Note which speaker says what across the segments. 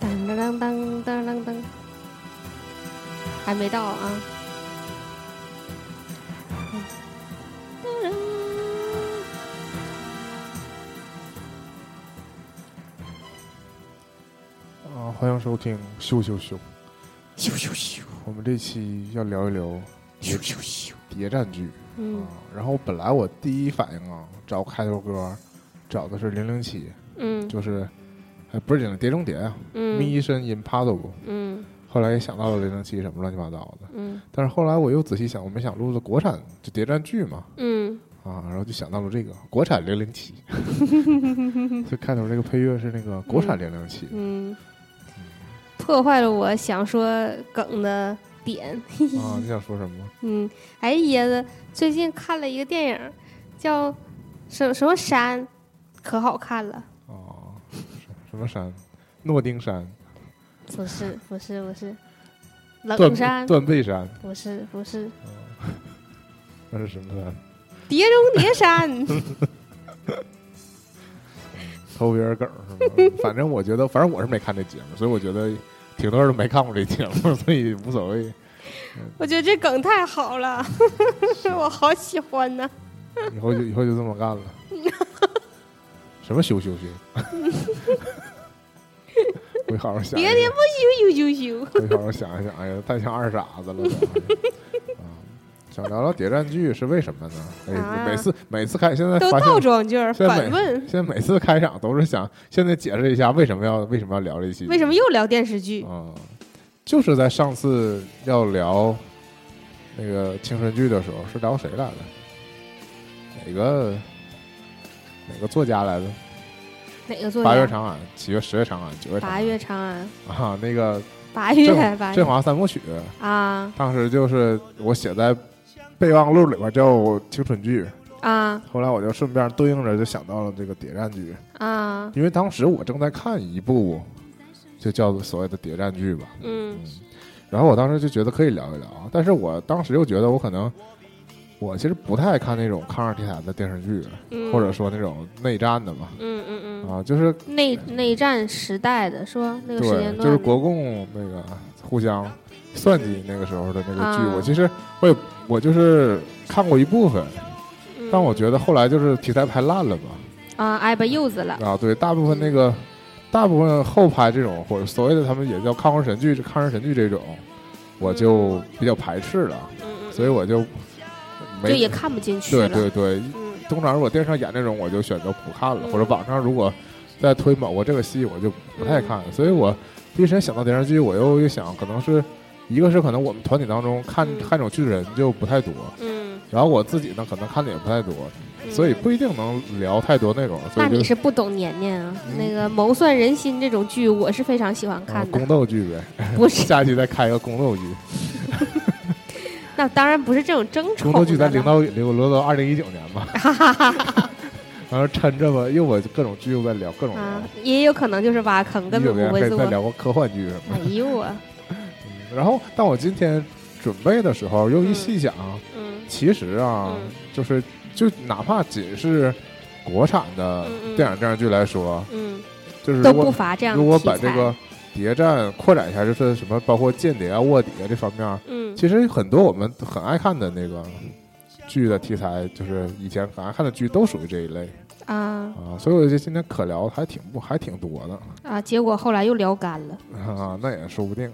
Speaker 1: 当当当当当当，还没到啊！
Speaker 2: 啊，欢迎收听咻咻咻！
Speaker 1: 咻咻咻
Speaker 2: 我们这期要聊一聊
Speaker 1: 咻咻咻！
Speaker 2: 谍战剧啊
Speaker 1: 嗯。
Speaker 2: 然后本来我第一反应啊，找开头歌，找的是零零七，
Speaker 1: 嗯
Speaker 2: 就是，哎，不是零零谍中谍啊，《
Speaker 1: 嗯
Speaker 2: Mission Impossible》。
Speaker 1: 嗯
Speaker 2: 后来也想到了零零七什么乱七八糟的，
Speaker 1: 嗯
Speaker 2: 但是后来我又仔细想，我们想录的国产就谍战剧嘛，
Speaker 1: 嗯
Speaker 2: 啊，然后就想到了这个国产零零 七，就开头这个配乐是那个国产零零七，
Speaker 1: 嗯，破坏了我想说梗的点。
Speaker 2: 啊，你想说什么？
Speaker 1: 嗯，哎，椰子最近看了一个电影，叫什什么山，可好看了。
Speaker 2: 哦，什什么山？诺丁山、
Speaker 1: 不是不是不是，
Speaker 2: 断
Speaker 1: 冷山
Speaker 2: 断背山，
Speaker 1: 不是不是，
Speaker 2: 那是什么山？
Speaker 1: 碟中谍山。
Speaker 2: 偷别人梗儿是吗？ 反正我觉得，反正我是没看这节目，所以我觉得挺多人都没看过这节目，所以无所谓。
Speaker 1: 我觉得这梗太好了， 我好喜欢呢。
Speaker 2: 以后就以后就这么干 了。什么羞羞羞？ 我好好想一
Speaker 1: 别
Speaker 2: 想，
Speaker 1: 别咻咻咻咻，
Speaker 2: 我好好想一想。哎呀，太像二傻子了。这玩意儿 啊，想聊聊谍战剧是为什么呢？哎，
Speaker 1: 啊
Speaker 2: 每次每次开现在
Speaker 1: 都
Speaker 2: 发
Speaker 1: 倒
Speaker 2: 现
Speaker 1: 装句儿
Speaker 2: 现在
Speaker 1: 反
Speaker 2: 每
Speaker 1: 问，
Speaker 2: 现在每次开场都是想现在解释一下为什么要为什么要聊这期，
Speaker 1: 为什么又聊电视剧？
Speaker 2: 啊、就是在上次要聊那个青春剧的时候，是聊谁来的？哪个哪个作家来的？
Speaker 1: 哪个作家？
Speaker 2: 八月长安，七月十月长安，九月长安
Speaker 1: 八月长安，
Speaker 2: 啊，那个
Speaker 1: 八
Speaker 2: 振
Speaker 1: 月啊八
Speaker 2: 振
Speaker 1: 月
Speaker 2: 华三部曲，
Speaker 1: 啊
Speaker 2: 当时就是我写在备忘录里边叫青春剧，
Speaker 1: 啊
Speaker 2: 后来我就顺便对应着就想到了这个谍战剧，
Speaker 1: 啊，
Speaker 2: 因为当时我正在看一部就叫做所谓的谍战剧吧，
Speaker 1: 嗯
Speaker 2: 然后我当时就觉得可以聊一聊啊，但是我当时又觉得我可能，我其实不太爱看那种抗日题材的电视剧，
Speaker 1: 嗯，
Speaker 2: 或者说那种内战的嘛，
Speaker 1: 嗯嗯嗯，
Speaker 2: 啊，就是
Speaker 1: 内内战时代的是吧？那个时
Speaker 2: 对
Speaker 1: 间，段
Speaker 2: 就是国共那个互相算计那个时候的那个剧，
Speaker 1: 啊
Speaker 2: 我其实我也我就是看过一部分，
Speaker 1: 嗯
Speaker 2: 但我觉得后来就是题材拍烂了嘛，
Speaker 1: 啊挨巴柚子了，
Speaker 2: 啊，对，大部分那个大部分后拍这种或者所谓的他们也叫抗日神剧、抗日神剧这种，我就比较排斥了。
Speaker 1: 嗯嗯，
Speaker 2: 所以我就没
Speaker 1: 就也看不进去了。
Speaker 2: 对对对，
Speaker 1: 嗯
Speaker 2: 通常如果电视上演这种，我就选择不看了，
Speaker 1: 嗯
Speaker 2: 或者网上如果再推某个这个戏，我就不太看。所以我第一时间想到电视剧，我又又想，可能是一个是可能我们团体当中看、
Speaker 1: 嗯
Speaker 2: 看这种剧的人就不太多，
Speaker 1: 嗯，
Speaker 2: 然后我自己呢可能看的也不太多，
Speaker 1: 嗯
Speaker 2: 所以不一定能聊太多内容，所
Speaker 1: 那
Speaker 2: 以
Speaker 1: 你
Speaker 2: 就是
Speaker 1: 不懂年年啊，
Speaker 2: 嗯
Speaker 1: 那个谋算人心这种剧，我是非常喜欢
Speaker 2: 啊
Speaker 1: 看的。
Speaker 2: 宫斗剧呗，
Speaker 1: 不是，
Speaker 2: 下期再开一个宫斗剧，
Speaker 1: 那当然不是这种争
Speaker 2: 宫
Speaker 1: 宠的
Speaker 2: 斗
Speaker 1: 了。
Speaker 2: 剧咱零到零留到二零一九年 吧，然后抻着吧，又我各种剧又在聊各种聊。
Speaker 1: 啊，也有可能就是挖坑，根
Speaker 2: 一九
Speaker 1: 本
Speaker 2: 年
Speaker 1: 不
Speaker 2: 可
Speaker 1: 会
Speaker 2: 以再
Speaker 1: 做。
Speaker 2: 聊个科幻剧什么
Speaker 1: 哎呦我，
Speaker 2: 的。然后，但我今天准备的时候，又一
Speaker 1: 嗯
Speaker 2: 细想，
Speaker 1: 嗯
Speaker 2: 其实啊，
Speaker 1: 嗯
Speaker 2: 就是就哪怕仅是国产的
Speaker 1: 嗯嗯
Speaker 2: 电影电视剧来说，
Speaker 1: 嗯，
Speaker 2: 就是
Speaker 1: 都
Speaker 2: 如
Speaker 1: 不
Speaker 2: 果
Speaker 1: 乏这样的
Speaker 2: 如果
Speaker 1: 题材
Speaker 2: 把这个谍战扩展一下，就是什么包括间谍啊、卧底啊这方面，
Speaker 1: 嗯
Speaker 2: 其实很多我们很爱看的那个剧的题材，就是以前很爱看的剧都属于这一类
Speaker 1: 啊
Speaker 2: 啊。所以我觉得今天可聊还挺不还挺多的。
Speaker 1: 啊，结果后来又聊干了。
Speaker 2: 啊，那也说不定。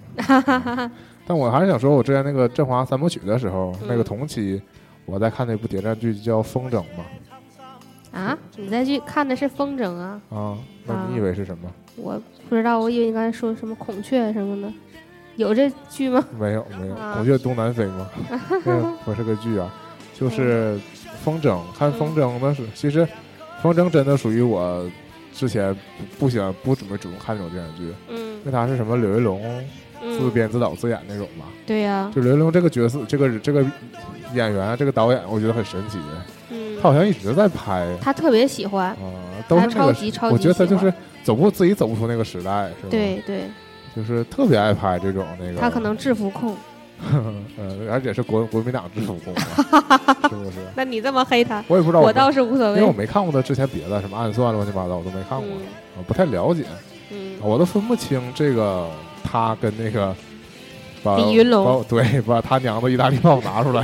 Speaker 2: 但我还是想说，我之前那个《振华三部曲》的时候，
Speaker 1: 嗯
Speaker 2: 那个同期我在看那部谍战剧叫《风筝》嘛，
Speaker 1: 啊，你再去看的是风筝啊，
Speaker 2: 啊，那
Speaker 1: 啊
Speaker 2: 你以为是什么？
Speaker 1: 我不知道，我以为你刚才说什么孔雀什么的，有这剧吗？
Speaker 2: 没有，没有，《
Speaker 1: 啊
Speaker 2: 孔雀东南飞》 吗？那个不是个剧啊，
Speaker 1: 嗯
Speaker 2: 就是《风筝》。看《风筝》那是，其实《风筝》真的属于我之前不不喜欢、不准备主动看那种电视剧。
Speaker 1: 嗯
Speaker 2: 那他是什么？刘云龙自
Speaker 1: 嗯，
Speaker 2: 编自导自演那种吧？
Speaker 1: 对啊呀，
Speaker 2: 就刘云龙这个角色，这个这个演员、啊这个导演，我觉得很神奇。
Speaker 1: 嗯
Speaker 2: 他，好像一直在拍啊、
Speaker 1: 他特别喜欢，
Speaker 2: 都是
Speaker 1: 他
Speaker 2: 那
Speaker 1: 超
Speaker 2: 个
Speaker 1: 级超级
Speaker 2: 时，
Speaker 1: 喜欢，
Speaker 2: 我觉得他就是走不自己走不出那个时代，是吧？，
Speaker 1: 对对，
Speaker 2: 就是特别爱拍这种那个，
Speaker 1: 他可能制服控。
Speaker 2: 呃，而且是国国民党制服工嘛，是不是？
Speaker 1: 那你这么黑他，
Speaker 2: 我也不知道
Speaker 1: 我
Speaker 2: 我没，
Speaker 1: 倒是无所
Speaker 2: 因
Speaker 1: 谓
Speaker 2: 为我。没看过他之前别的什么暗算乱七八糟，我都没看过，呃
Speaker 1: 嗯
Speaker 2: 啊不太了解。
Speaker 1: 嗯，
Speaker 2: 我都分不清这个他跟那个把
Speaker 1: 李云龙
Speaker 2: 把我对把他娘的意大利炮拿 出来，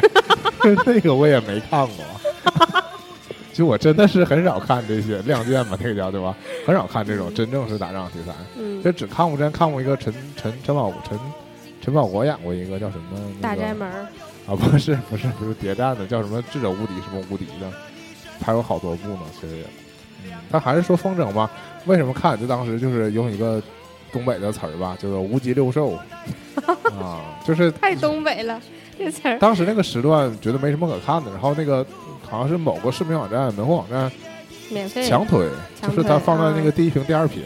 Speaker 2: 那个我也没看过。就我真的是很少看这些《亮剑》嘛，那个叫对吧？很少看这种真正是打仗题材，
Speaker 1: 嗯
Speaker 2: 就，只看过之前看过一个陈陈陈宝陈陈宝国演过一个叫什么、那个、
Speaker 1: 大宅门儿，
Speaker 2: 啊，不是 不是不是谍战的，叫什么智者无敌什么无敌的，还有好多部呢，其实也。嗯但还是说风筝吧，为什么看？就当时就是用一个东北的词儿吧，叫做“无极六兽”啊，就是
Speaker 1: 太东北了，这词儿。
Speaker 2: 当时那个时段觉得没什么可看的，然后那个好像是某个视频网站、门户网站
Speaker 1: 免费，
Speaker 2: 强推，
Speaker 1: 强
Speaker 2: 就是它
Speaker 1: 推
Speaker 2: 放在那
Speaker 1: 啊
Speaker 2: 个第一屏、第二屏，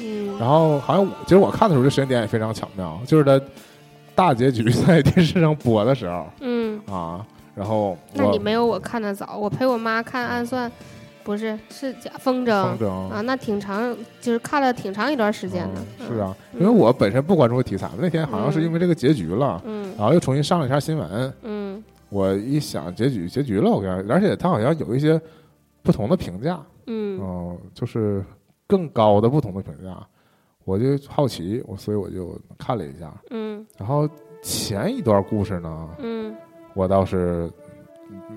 Speaker 1: 嗯，
Speaker 2: 然后好像我其实我看的时候这时间点也非常巧妙，就是它大结局在电视上播的时候
Speaker 1: 嗯，
Speaker 2: 啊，然后
Speaker 1: 那
Speaker 2: 我
Speaker 1: 你没有我看的早，我陪我妈看暗算，不是是叫风筝
Speaker 2: 风筝
Speaker 1: 啊，那挺长，就是看了挺长一段时间的。
Speaker 2: 嗯是啊，
Speaker 1: 嗯
Speaker 2: 因为我本身不关注题材，那天好像是因为这个结局了，
Speaker 1: 嗯，
Speaker 2: 然后又重新上了一下新闻。
Speaker 1: 嗯
Speaker 2: 我一想结局结局了，我感觉，而且它好像有一些不同的评价，
Speaker 1: 嗯
Speaker 2: 嗯、
Speaker 1: 嗯
Speaker 2: 就是更高的不同的评价，我就好奇，我所以我就看了一下。
Speaker 1: 嗯
Speaker 2: 然后前一段故事呢，
Speaker 1: 嗯
Speaker 2: 我倒是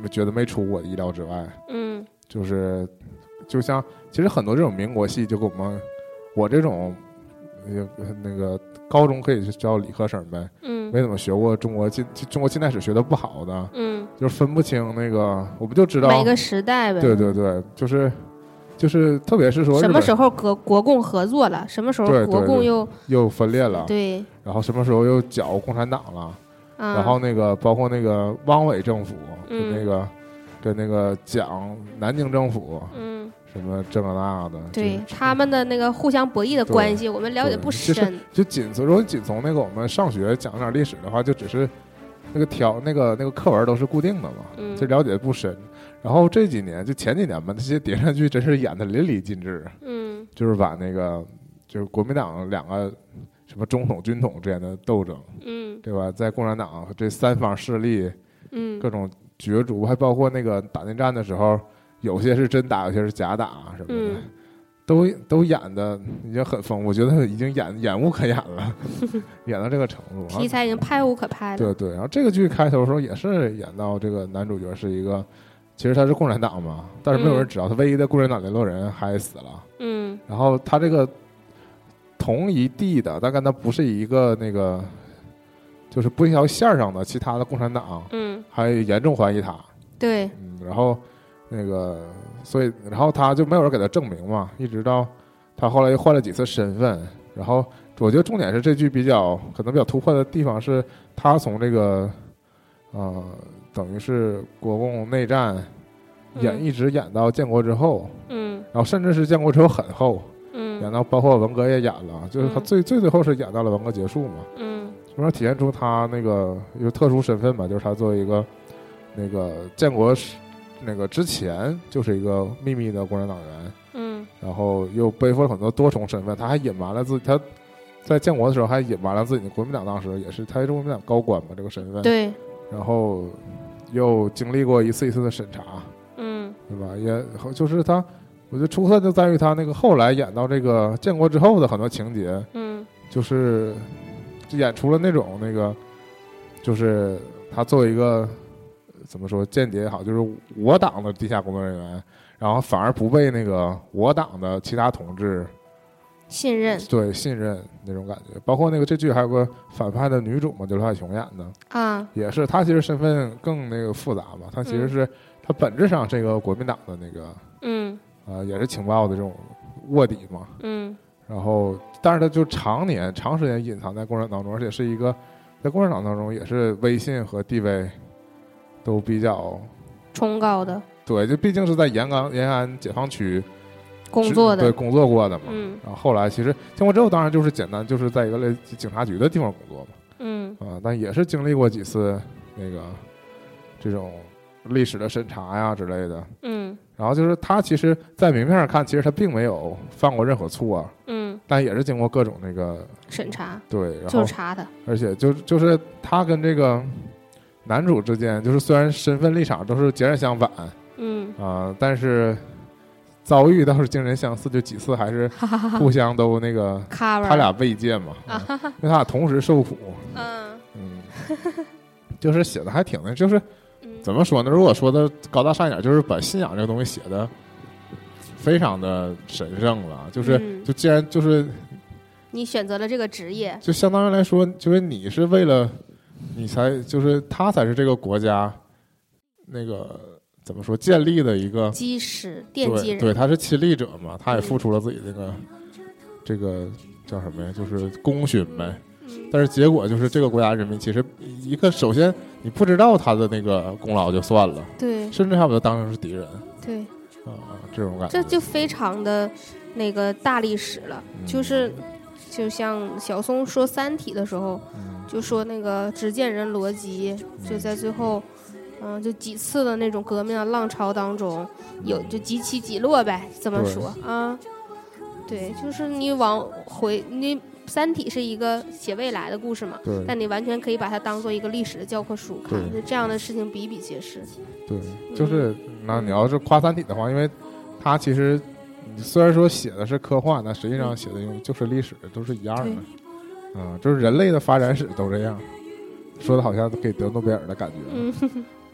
Speaker 2: 嗯觉得没出我意料之外，
Speaker 1: 嗯
Speaker 2: 就是就像其实很多这种民国戏，就跟我们我这种呃那个高中可以是叫理科生呗，
Speaker 1: 嗯
Speaker 2: 没怎么学过中国近中国近代史学的不好的，
Speaker 1: 嗯，
Speaker 2: 就是分不清那个，我不就知道
Speaker 1: 每个时代呗。
Speaker 2: 对对对，就是就是特别是说
Speaker 1: 什
Speaker 2: 日
Speaker 1: 么
Speaker 2: 本
Speaker 1: 时候国国共合作了？什么时候
Speaker 2: 对对
Speaker 1: 国共
Speaker 2: 对啊
Speaker 1: 又
Speaker 2: 又分裂了，
Speaker 1: 对？
Speaker 2: 然后什么时候又搅共产党了，
Speaker 1: 啊，
Speaker 2: 然后那个包括那个汪伪政府
Speaker 1: 嗯
Speaker 2: 跟那个跟那个蒋南京政府
Speaker 1: 嗯，
Speaker 2: 什么这个那的，
Speaker 1: 对
Speaker 2: 就是嗯
Speaker 1: 他们的那个互相博弈的
Speaker 2: 对
Speaker 1: 关系，我们了解
Speaker 2: 对
Speaker 1: 不
Speaker 2: 就是
Speaker 1: 深。
Speaker 2: 就仅从如果仅从那个我们上学讲点历史的话，就只是那个条那个那个课文都是固定的嘛，
Speaker 1: 嗯
Speaker 2: 就了解不深。然后这几年就前几年吧，这些谍战剧真是演的淋漓尽致，
Speaker 1: 嗯
Speaker 2: 就是把那个就是国民党两个什么中统军统之间的斗争，
Speaker 1: 嗯
Speaker 2: 对吧？在共产党这三方势力
Speaker 1: 嗯
Speaker 2: 各种角逐，还包括那个打内战的时候，有些是真打，有些是假打啊什么的。
Speaker 1: 嗯
Speaker 2: 都都演的已经很丰富，我觉得已经演演无可 演了，演到这个程度。然后
Speaker 1: 题材已经拍无可拍了。
Speaker 2: 对对，然后这个剧开头的时候也是演到这个男主角是一个，其实他是共产党嘛，但是没有人知道，他唯一的共产党联络人还死了。
Speaker 1: 嗯
Speaker 2: 然后他这个同一地的，但跟他不是一个那个，就是不是一条线儿上的，其他的共产党
Speaker 1: 嗯，
Speaker 2: 还严重怀疑他。
Speaker 1: 对，
Speaker 2: 嗯，然后那个，所以然后他就没有人给他证明嘛，一直到他后来又换了几次身份，然后我觉得重点是这剧比较可能比较突破的地方是，他从这个呃，等于是国共内战演、
Speaker 1: 嗯
Speaker 2: 一直演到建国之后，
Speaker 1: 嗯
Speaker 2: 然后甚至是建国之后很后，演
Speaker 1: 嗯
Speaker 2: 到包括文革也演了，就是他
Speaker 1: 嗯
Speaker 2: 最、最最后是演到了文革结束嘛，
Speaker 1: 嗯
Speaker 2: 从而体现出他那个就是特殊身份吧，就是他作为一个那个建国时那个之前就是一个秘密的共产党员，
Speaker 1: 嗯
Speaker 2: 然后又背负了很多多重身份，他还隐瞒了自己，他在建国的时候还隐瞒了自己的国民党当时也是他是国民党高官嘛这个身份，
Speaker 1: 对，
Speaker 2: 然后又经历过一次一次的审查，
Speaker 1: 嗯
Speaker 2: 对吧？也就是他，我觉得出色就在于他那个后来演到这个建国之后的很多情节，
Speaker 1: 嗯
Speaker 2: 就是就演出了那种那个，就是他作为一个呃怎么说间谍也好，就是我党的地下工作人员，然后反而不被那个我党的其他同志
Speaker 1: 信任
Speaker 2: 对信任那种感觉。包括那个这剧还有个反派的女主嘛，就刘海琼演的，
Speaker 1: 啊，
Speaker 2: 也是她其实身份更那个复杂嘛，她其实是她本质上是一个国民党的那个
Speaker 1: 嗯
Speaker 2: 呃也是情报的这种卧底嘛，
Speaker 1: 嗯
Speaker 2: 然后，但是他就常年长时间隐藏在共产党中，而且是一个在共产党当中也是威信和地位都比较
Speaker 1: 崇高的
Speaker 2: 对，就毕竟是在延安延安解放区
Speaker 1: 工作
Speaker 2: 对
Speaker 1: 的，
Speaker 2: 工作过的嘛。
Speaker 1: 嗯
Speaker 2: 然后后来其实建国之后，当然就是简单就是在一个类似警察局的地方工作嘛，
Speaker 1: 嗯
Speaker 2: 啊、但也是经历过几次那个这种历史的审查呀之类的。
Speaker 1: 嗯
Speaker 2: 然后就是他其实，在明面上看，其实他并没有犯过任何错，
Speaker 1: 嗯，
Speaker 2: 但也是经过各种那个
Speaker 1: 审查
Speaker 2: 对，然后
Speaker 1: 就查他，
Speaker 2: 而且就就是他跟这个男主之间，就是虽然身份立场都是截然相反啊、
Speaker 1: 嗯
Speaker 2: 呃但是遭遇倒是惊人相似，就几次还是
Speaker 1: 哈哈哈哈
Speaker 2: 互相都那个，
Speaker 1: ，cover，
Speaker 2: 他俩慰藉嘛，嗯因为他俩同时受苦，
Speaker 1: 嗯
Speaker 2: 嗯，就是写的还挺那，就是
Speaker 1: 嗯，
Speaker 2: 怎么说呢？如果说的高大上一点，就是把信仰这个东西写的非常的神圣了，就是、
Speaker 1: 嗯
Speaker 2: 就既然就是
Speaker 1: 你选择了这个职业，
Speaker 2: 就相当于来说，就是你是为了你才就是他才是这个国家那个怎么说建立的一个
Speaker 1: 基石奠基
Speaker 2: 对
Speaker 1: 人，
Speaker 2: 对，他是亲历者嘛，他也付出了自己这个、这个叫什么呀？就是功勋呗。
Speaker 1: 嗯
Speaker 2: 但是结果就是这个国家人民其实一个首先你不知道他的那个功劳就算了，
Speaker 1: 对
Speaker 2: 甚至还把他当成是敌人。
Speaker 1: 对，
Speaker 2: 啊，这种感觉，
Speaker 1: 这就非常的那个大历史了，
Speaker 2: 嗯
Speaker 1: 就是就像小松说《三体》的时候，
Speaker 2: 嗯
Speaker 1: 就说那个执剑人罗辑就在最后，嗯、就几次的那种革命的啊浪潮当中，有就几起几落呗，这么
Speaker 2: 嗯对
Speaker 1: 说啊，对，就是你往回，你《三体》是一个写未来的故事嘛，
Speaker 2: 对
Speaker 1: 但你完全可以把它当做一个历史的教科书看，
Speaker 2: 对
Speaker 1: 就这样的事情比比皆是。嗯
Speaker 2: 对，就是那你要是夸《三体》的话，因为它其实虽然说写的是科幻，但实际
Speaker 1: 嗯
Speaker 2: 上写的用就是历史，都是一样的，嗯，就是人类的发展史都这样，说的好像给得诺贝尔的感觉。
Speaker 1: 嗯，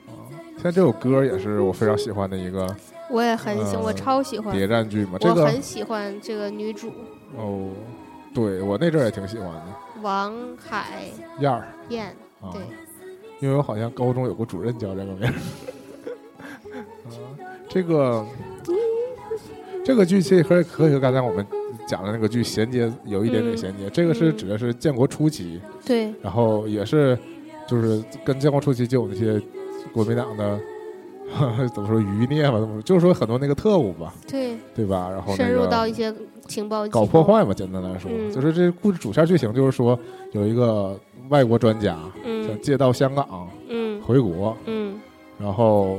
Speaker 2: 啊像这首歌也是我非常喜欢的一个
Speaker 1: 我也很喜，我
Speaker 2: 呃
Speaker 1: 超喜欢，
Speaker 2: 谍战剧嘛，这
Speaker 1: 我
Speaker 2: 个
Speaker 1: 很喜欢这个女主
Speaker 2: 哦，对我那阵儿也挺喜欢的
Speaker 1: 王海
Speaker 2: 燕儿
Speaker 1: 燕，
Speaker 2: 啊
Speaker 1: 对，
Speaker 2: 因为我好像高中有个主任叫这个 名儿。啊，这个这个剧其实和和和刚才我们讲的那个剧衔接有一点点衔
Speaker 1: 嗯
Speaker 2: 接。这个是指的是建国初期，
Speaker 1: 对，
Speaker 2: 然后也是就是跟建国初期就有那些国民党的。 呵呵怎么说余孽吧？怎么说就是说很多那个特务吧，
Speaker 1: 对，
Speaker 2: 对吧？然后、那个、
Speaker 1: 深入到一些情报机
Speaker 2: 搞
Speaker 1: 构
Speaker 2: 破，坏嘛，简单来说，
Speaker 1: 嗯
Speaker 2: 就是这故事主线剧情就是说有一个外国专家想
Speaker 1: 嗯
Speaker 2: 借到香港
Speaker 1: 嗯
Speaker 2: 回国，
Speaker 1: 嗯
Speaker 2: 然后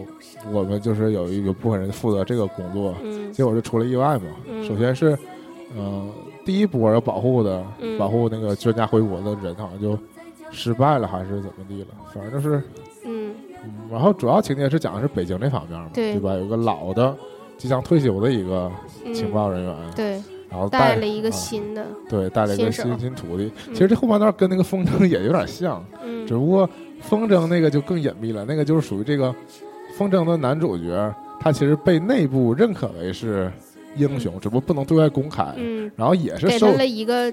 Speaker 2: 我们就是有一有部分人负责这个工作，
Speaker 1: 嗯
Speaker 2: 结果就出了意外嘛。
Speaker 1: 嗯
Speaker 2: 首先是，呃，第一波要保护的，
Speaker 1: 嗯
Speaker 2: 保护那个专家回国的人好像就失败了，还是怎么地了，反正就是，
Speaker 1: 嗯
Speaker 2: 嗯然后主要情节是讲的是北京这方面嘛，
Speaker 1: 对
Speaker 2: 吧？有一个老的即将退休的一个
Speaker 1: 嗯，
Speaker 2: 情报人员，
Speaker 1: 对，
Speaker 2: 然后
Speaker 1: 带
Speaker 2: 带
Speaker 1: 了一个
Speaker 2: 啊
Speaker 1: 新的，
Speaker 2: 对，带了一个
Speaker 1: 新手
Speaker 2: 新新徒弟。
Speaker 1: 嗯
Speaker 2: 其实这后半段跟那个风筝也有点像，
Speaker 1: 嗯
Speaker 2: 只不过风筝那个就更隐秘了，那个就是属于这个风筝的男主角，他其实被内部认可为是英雄，只不过不能对外公开，
Speaker 1: 嗯，
Speaker 2: 然后也是
Speaker 1: 给
Speaker 2: 受
Speaker 1: 他了一个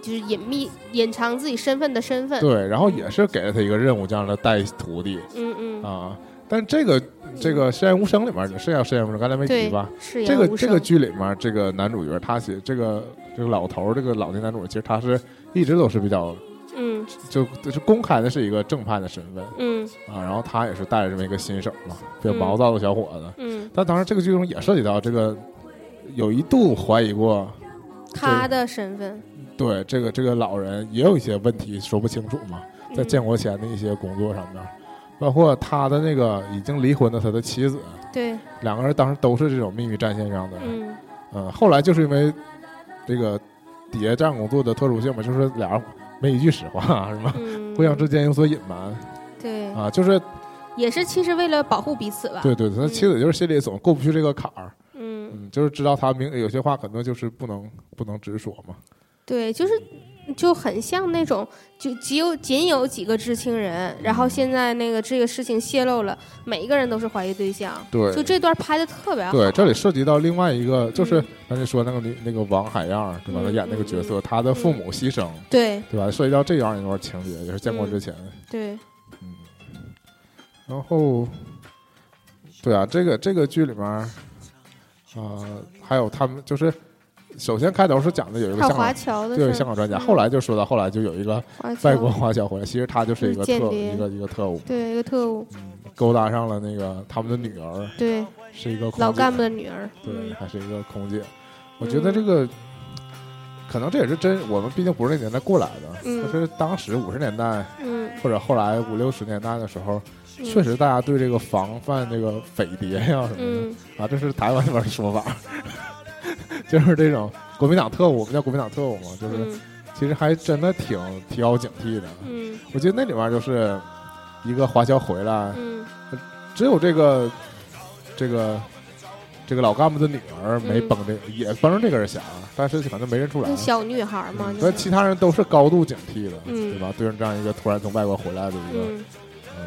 Speaker 1: 就是隐秘、隐藏自己身份的身份，
Speaker 2: 对，然后也是给了他一个任务，这样的带徒弟
Speaker 1: 嗯嗯，
Speaker 2: 啊。但这个这个《实验无声》里面是叫《实验无声》，刚才没提
Speaker 1: 对
Speaker 2: 吧？，
Speaker 1: 是
Speaker 2: 这
Speaker 1: 言
Speaker 2: 个
Speaker 1: 无
Speaker 2: 这个
Speaker 1: 声，
Speaker 2: 剧里面，这个男主角他写这个这个老头儿，这个老年男主角，其实他是一直都是比较
Speaker 1: 嗯
Speaker 2: 就就是公开的是一个正派的身份
Speaker 1: 嗯
Speaker 2: 啊，然后他也是带着这么一个新手嘛，比较毛躁的小伙子。
Speaker 1: 嗯，
Speaker 2: 但当然，这个剧中也涉及到这个，有一度怀疑过，
Speaker 1: 他的身份，
Speaker 2: 对这个这个老人也有一些问题说不清楚嘛，在
Speaker 1: 嗯
Speaker 2: 建国前的一些工作上面，包括他的那个已经离婚的他的妻子，
Speaker 1: 对，
Speaker 2: 两个人当时都是这种秘密战线上的，
Speaker 1: 嗯
Speaker 2: 嗯，后来就是因为这个谍战工作的特殊性嘛，就是俩人没一句实话，是吧？
Speaker 1: 嗯，
Speaker 2: 互相之间有所隐瞒
Speaker 1: 对，
Speaker 2: 啊，就是
Speaker 1: 也是其实为了保护彼此吧，
Speaker 2: 对对，他妻子就是心里总过不去这个坎儿，
Speaker 1: 嗯，
Speaker 2: 嗯，就是知道他明有些话可能就是不能不能直说嘛，
Speaker 1: 对，就是。就很像那种，就只有仅有几个知情人，然后现在那个这个事情泄露了，每一个人都是怀疑对象，
Speaker 2: 对
Speaker 1: 就这段拍的特别好，
Speaker 2: 对，这里涉及到另外一个，就是
Speaker 1: 嗯
Speaker 2: 刚才说那个女那个王海燕儿，对吧？
Speaker 1: 嗯
Speaker 2: 她演那个角色，她的父母牺牲，
Speaker 1: 对
Speaker 2: 对吧？涉及到这样一段情节，也是建
Speaker 1: 嗯
Speaker 2: 国之前。
Speaker 1: 对，
Speaker 2: 然后，对啊，这个这个剧里面，啊、还有他们就是，首先开头是讲的有一
Speaker 1: 还
Speaker 2: 个香
Speaker 1: 有华
Speaker 2: 港，
Speaker 1: 侨的
Speaker 2: 对
Speaker 1: 事儿，
Speaker 2: 香港专家，
Speaker 1: 嗯
Speaker 2: 后来就说到后来就有一个
Speaker 1: 华侨
Speaker 2: 外国华侨回来，其实他就是一个
Speaker 1: 嗯间
Speaker 2: 特
Speaker 1: 谍
Speaker 2: 一个一个特务，
Speaker 1: 对一个特务，
Speaker 2: 勾搭上了那个他们的女儿，
Speaker 1: 对
Speaker 2: 是一个空
Speaker 1: 老
Speaker 2: 姐
Speaker 1: 干部的嗯女儿，
Speaker 2: 对，
Speaker 1: 嗯
Speaker 2: 还是一个空姐。我觉得这个、可能这也是真，我们毕竟不是那年代过来的，
Speaker 1: 嗯
Speaker 2: 但是当时五十年代
Speaker 1: 嗯，
Speaker 2: 或者后来五六十年代的时候，
Speaker 1: 嗯
Speaker 2: 确，实大家对这个防范这个匪谍呀什么的、
Speaker 1: 嗯
Speaker 2: 啊，这是台湾那边的说法， 就是这种国民党特务，我们叫国民党特务嘛，就是、
Speaker 1: 嗯
Speaker 2: 其实还真的挺提高警惕的。
Speaker 1: 嗯
Speaker 2: 我觉得那里面就是一个华侨回来，
Speaker 1: 嗯
Speaker 2: 只有这个这个这个老干部的女儿没
Speaker 1: 嗯
Speaker 2: 绷这个，也绷着这根弦儿，但是反正没认出来
Speaker 1: 那。小女孩嘛，
Speaker 2: 嗯
Speaker 1: 就
Speaker 2: 但
Speaker 1: 是
Speaker 2: 其他人都是高度警惕的，
Speaker 1: 嗯
Speaker 2: 对吧？对上这样一个突然从外国回来的一个，
Speaker 1: 嗯
Speaker 2: 嗯，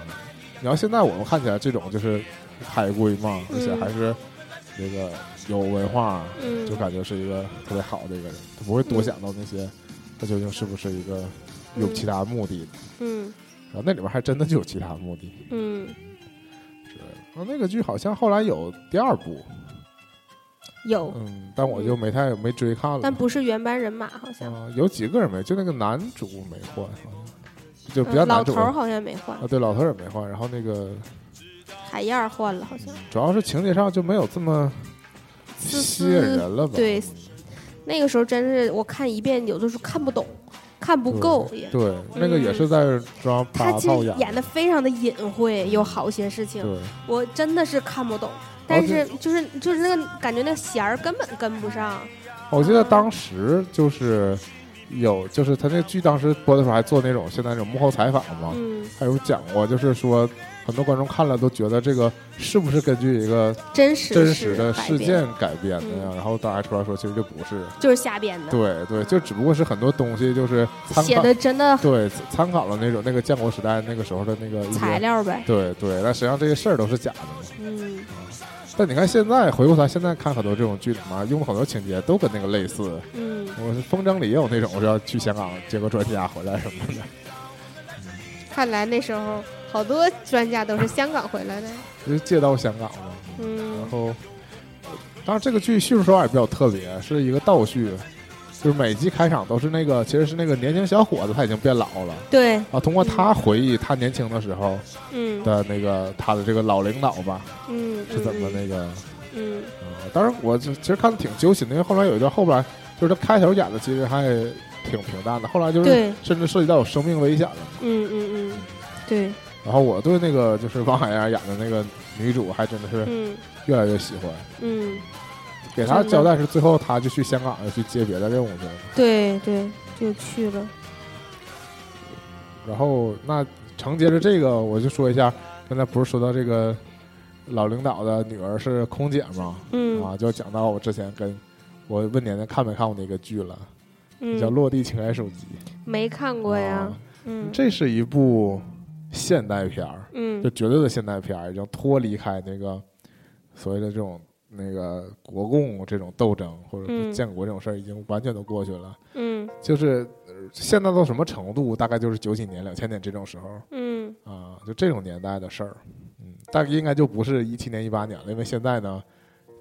Speaker 2: 你要现在我们看起来这种就是海归嘛，而且
Speaker 1: 嗯
Speaker 2: 还是这个有文化，
Speaker 1: 嗯，
Speaker 2: 就感觉是一个特别好的一个人，他不会多想到那些他究竟是不是一个有其他目的的。
Speaker 1: 嗯
Speaker 2: 然后那里边还真的就有其他目的
Speaker 1: 嗯
Speaker 2: 之类的。然后那个剧好像后来有第二部，
Speaker 1: 有，
Speaker 2: 嗯，但我就没太没追看了
Speaker 1: 但。不是原班人马，好像、
Speaker 2: 啊，有几个人没，就那个男主没换，好像就比较
Speaker 1: 嗯老
Speaker 2: 男主
Speaker 1: 头儿好像没换
Speaker 2: 啊，，对，老头儿也没换。然后那个
Speaker 1: 海燕儿换了，好像
Speaker 2: 主要是情节上就没有这么
Speaker 1: 思
Speaker 2: 吸引人了吧？
Speaker 1: 对那个时候真是我看一遍，有的时候看不懂，看不够也。嗯
Speaker 2: 对，那个也是在装
Speaker 1: 他
Speaker 2: 八
Speaker 1: 其实
Speaker 2: 套
Speaker 1: 演的非常的隐晦，有好些事情
Speaker 2: 对，哦
Speaker 1: 我真的是看不懂，但是就是就是那个感觉那个弦儿根本跟不上，
Speaker 2: 我记得当时就是有，就是他那剧当时播的时候还做那种现在那种幕后采访嘛，
Speaker 1: 嗯，
Speaker 2: 还有讲过，就是说很多观众看了都觉得这个是不是根据一个
Speaker 1: 真实
Speaker 2: 真实的
Speaker 1: 改
Speaker 2: 事
Speaker 1: 编
Speaker 2: 件改编的呀？
Speaker 1: 嗯
Speaker 2: 然后大家出来说其实就不是，
Speaker 1: 就是瞎编的，
Speaker 2: 对对，就只不过是很多东西就是参
Speaker 1: 写
Speaker 2: 考
Speaker 1: 的真的
Speaker 2: 对参考了那种那个建国时代那个时候的那个一些
Speaker 1: 材料呗，
Speaker 2: 嗯对对，但实际上这些事儿都是假的嘛。
Speaker 1: 嗯
Speaker 2: 但你看现在回过头来，现在看很多这种剧里面用的很多情节都跟那个类似。
Speaker 1: 嗯，
Speaker 2: 我是风筝里也有那种，我要去香港接个专家回来什么的。
Speaker 1: 看来那时候好多专家都是香港回来的，
Speaker 2: 就是借到香港嘛。然
Speaker 1: 嗯
Speaker 2: 后，呃当然这个剧叙述手法也比较特别，是一个倒叙，就是每集开场都是那个，其实是那个年轻小伙子他已经变老了
Speaker 1: 对，
Speaker 2: 啊，通过他回忆他年轻的时候
Speaker 1: 嗯
Speaker 2: 的那个他的这个老领导吧，
Speaker 1: 嗯
Speaker 2: 是怎么，那个
Speaker 1: 嗯
Speaker 2: 啊、当然我就其实看的挺揪心的，因为后来有一段后边就是他开头演的其实还挺平淡的，后来就是
Speaker 1: 对，
Speaker 2: 甚至涉及到有生命危险了。
Speaker 1: 嗯嗯嗯对，
Speaker 2: 然后我对那个就是王海燕演的那个女主还真的是
Speaker 1: 嗯
Speaker 2: 越来越喜欢。
Speaker 1: 嗯
Speaker 2: 给他交代是最后他就去香港要去接别的任务去了。
Speaker 1: 对对就去了，
Speaker 2: 然后那承接着这个，我就说一下，刚才不是说到这个老领导的女儿是空姐吗？
Speaker 1: 嗯
Speaker 2: 啊，就讲到我之前跟我问年年看没看过那个剧了，叫《
Speaker 1: 嗯
Speaker 2: 落地情感手机》。
Speaker 1: 没看过呀
Speaker 2: 啊，
Speaker 1: 嗯
Speaker 2: 这是一部现代片儿，就
Speaker 1: 嗯
Speaker 2: 绝对的现代片儿，已经脱离开那个所谓的这种那个国共这种斗争或者是
Speaker 1: 嗯
Speaker 2: 建国这种事儿，已经完全都过去了。
Speaker 1: 嗯
Speaker 2: 就是呃现在到什么程度？大概就是九几年、两千年这种时候
Speaker 1: 嗯
Speaker 2: 啊，就这种年代的事儿。嗯，但应该就不是一七年、一八年了，因为现在呢，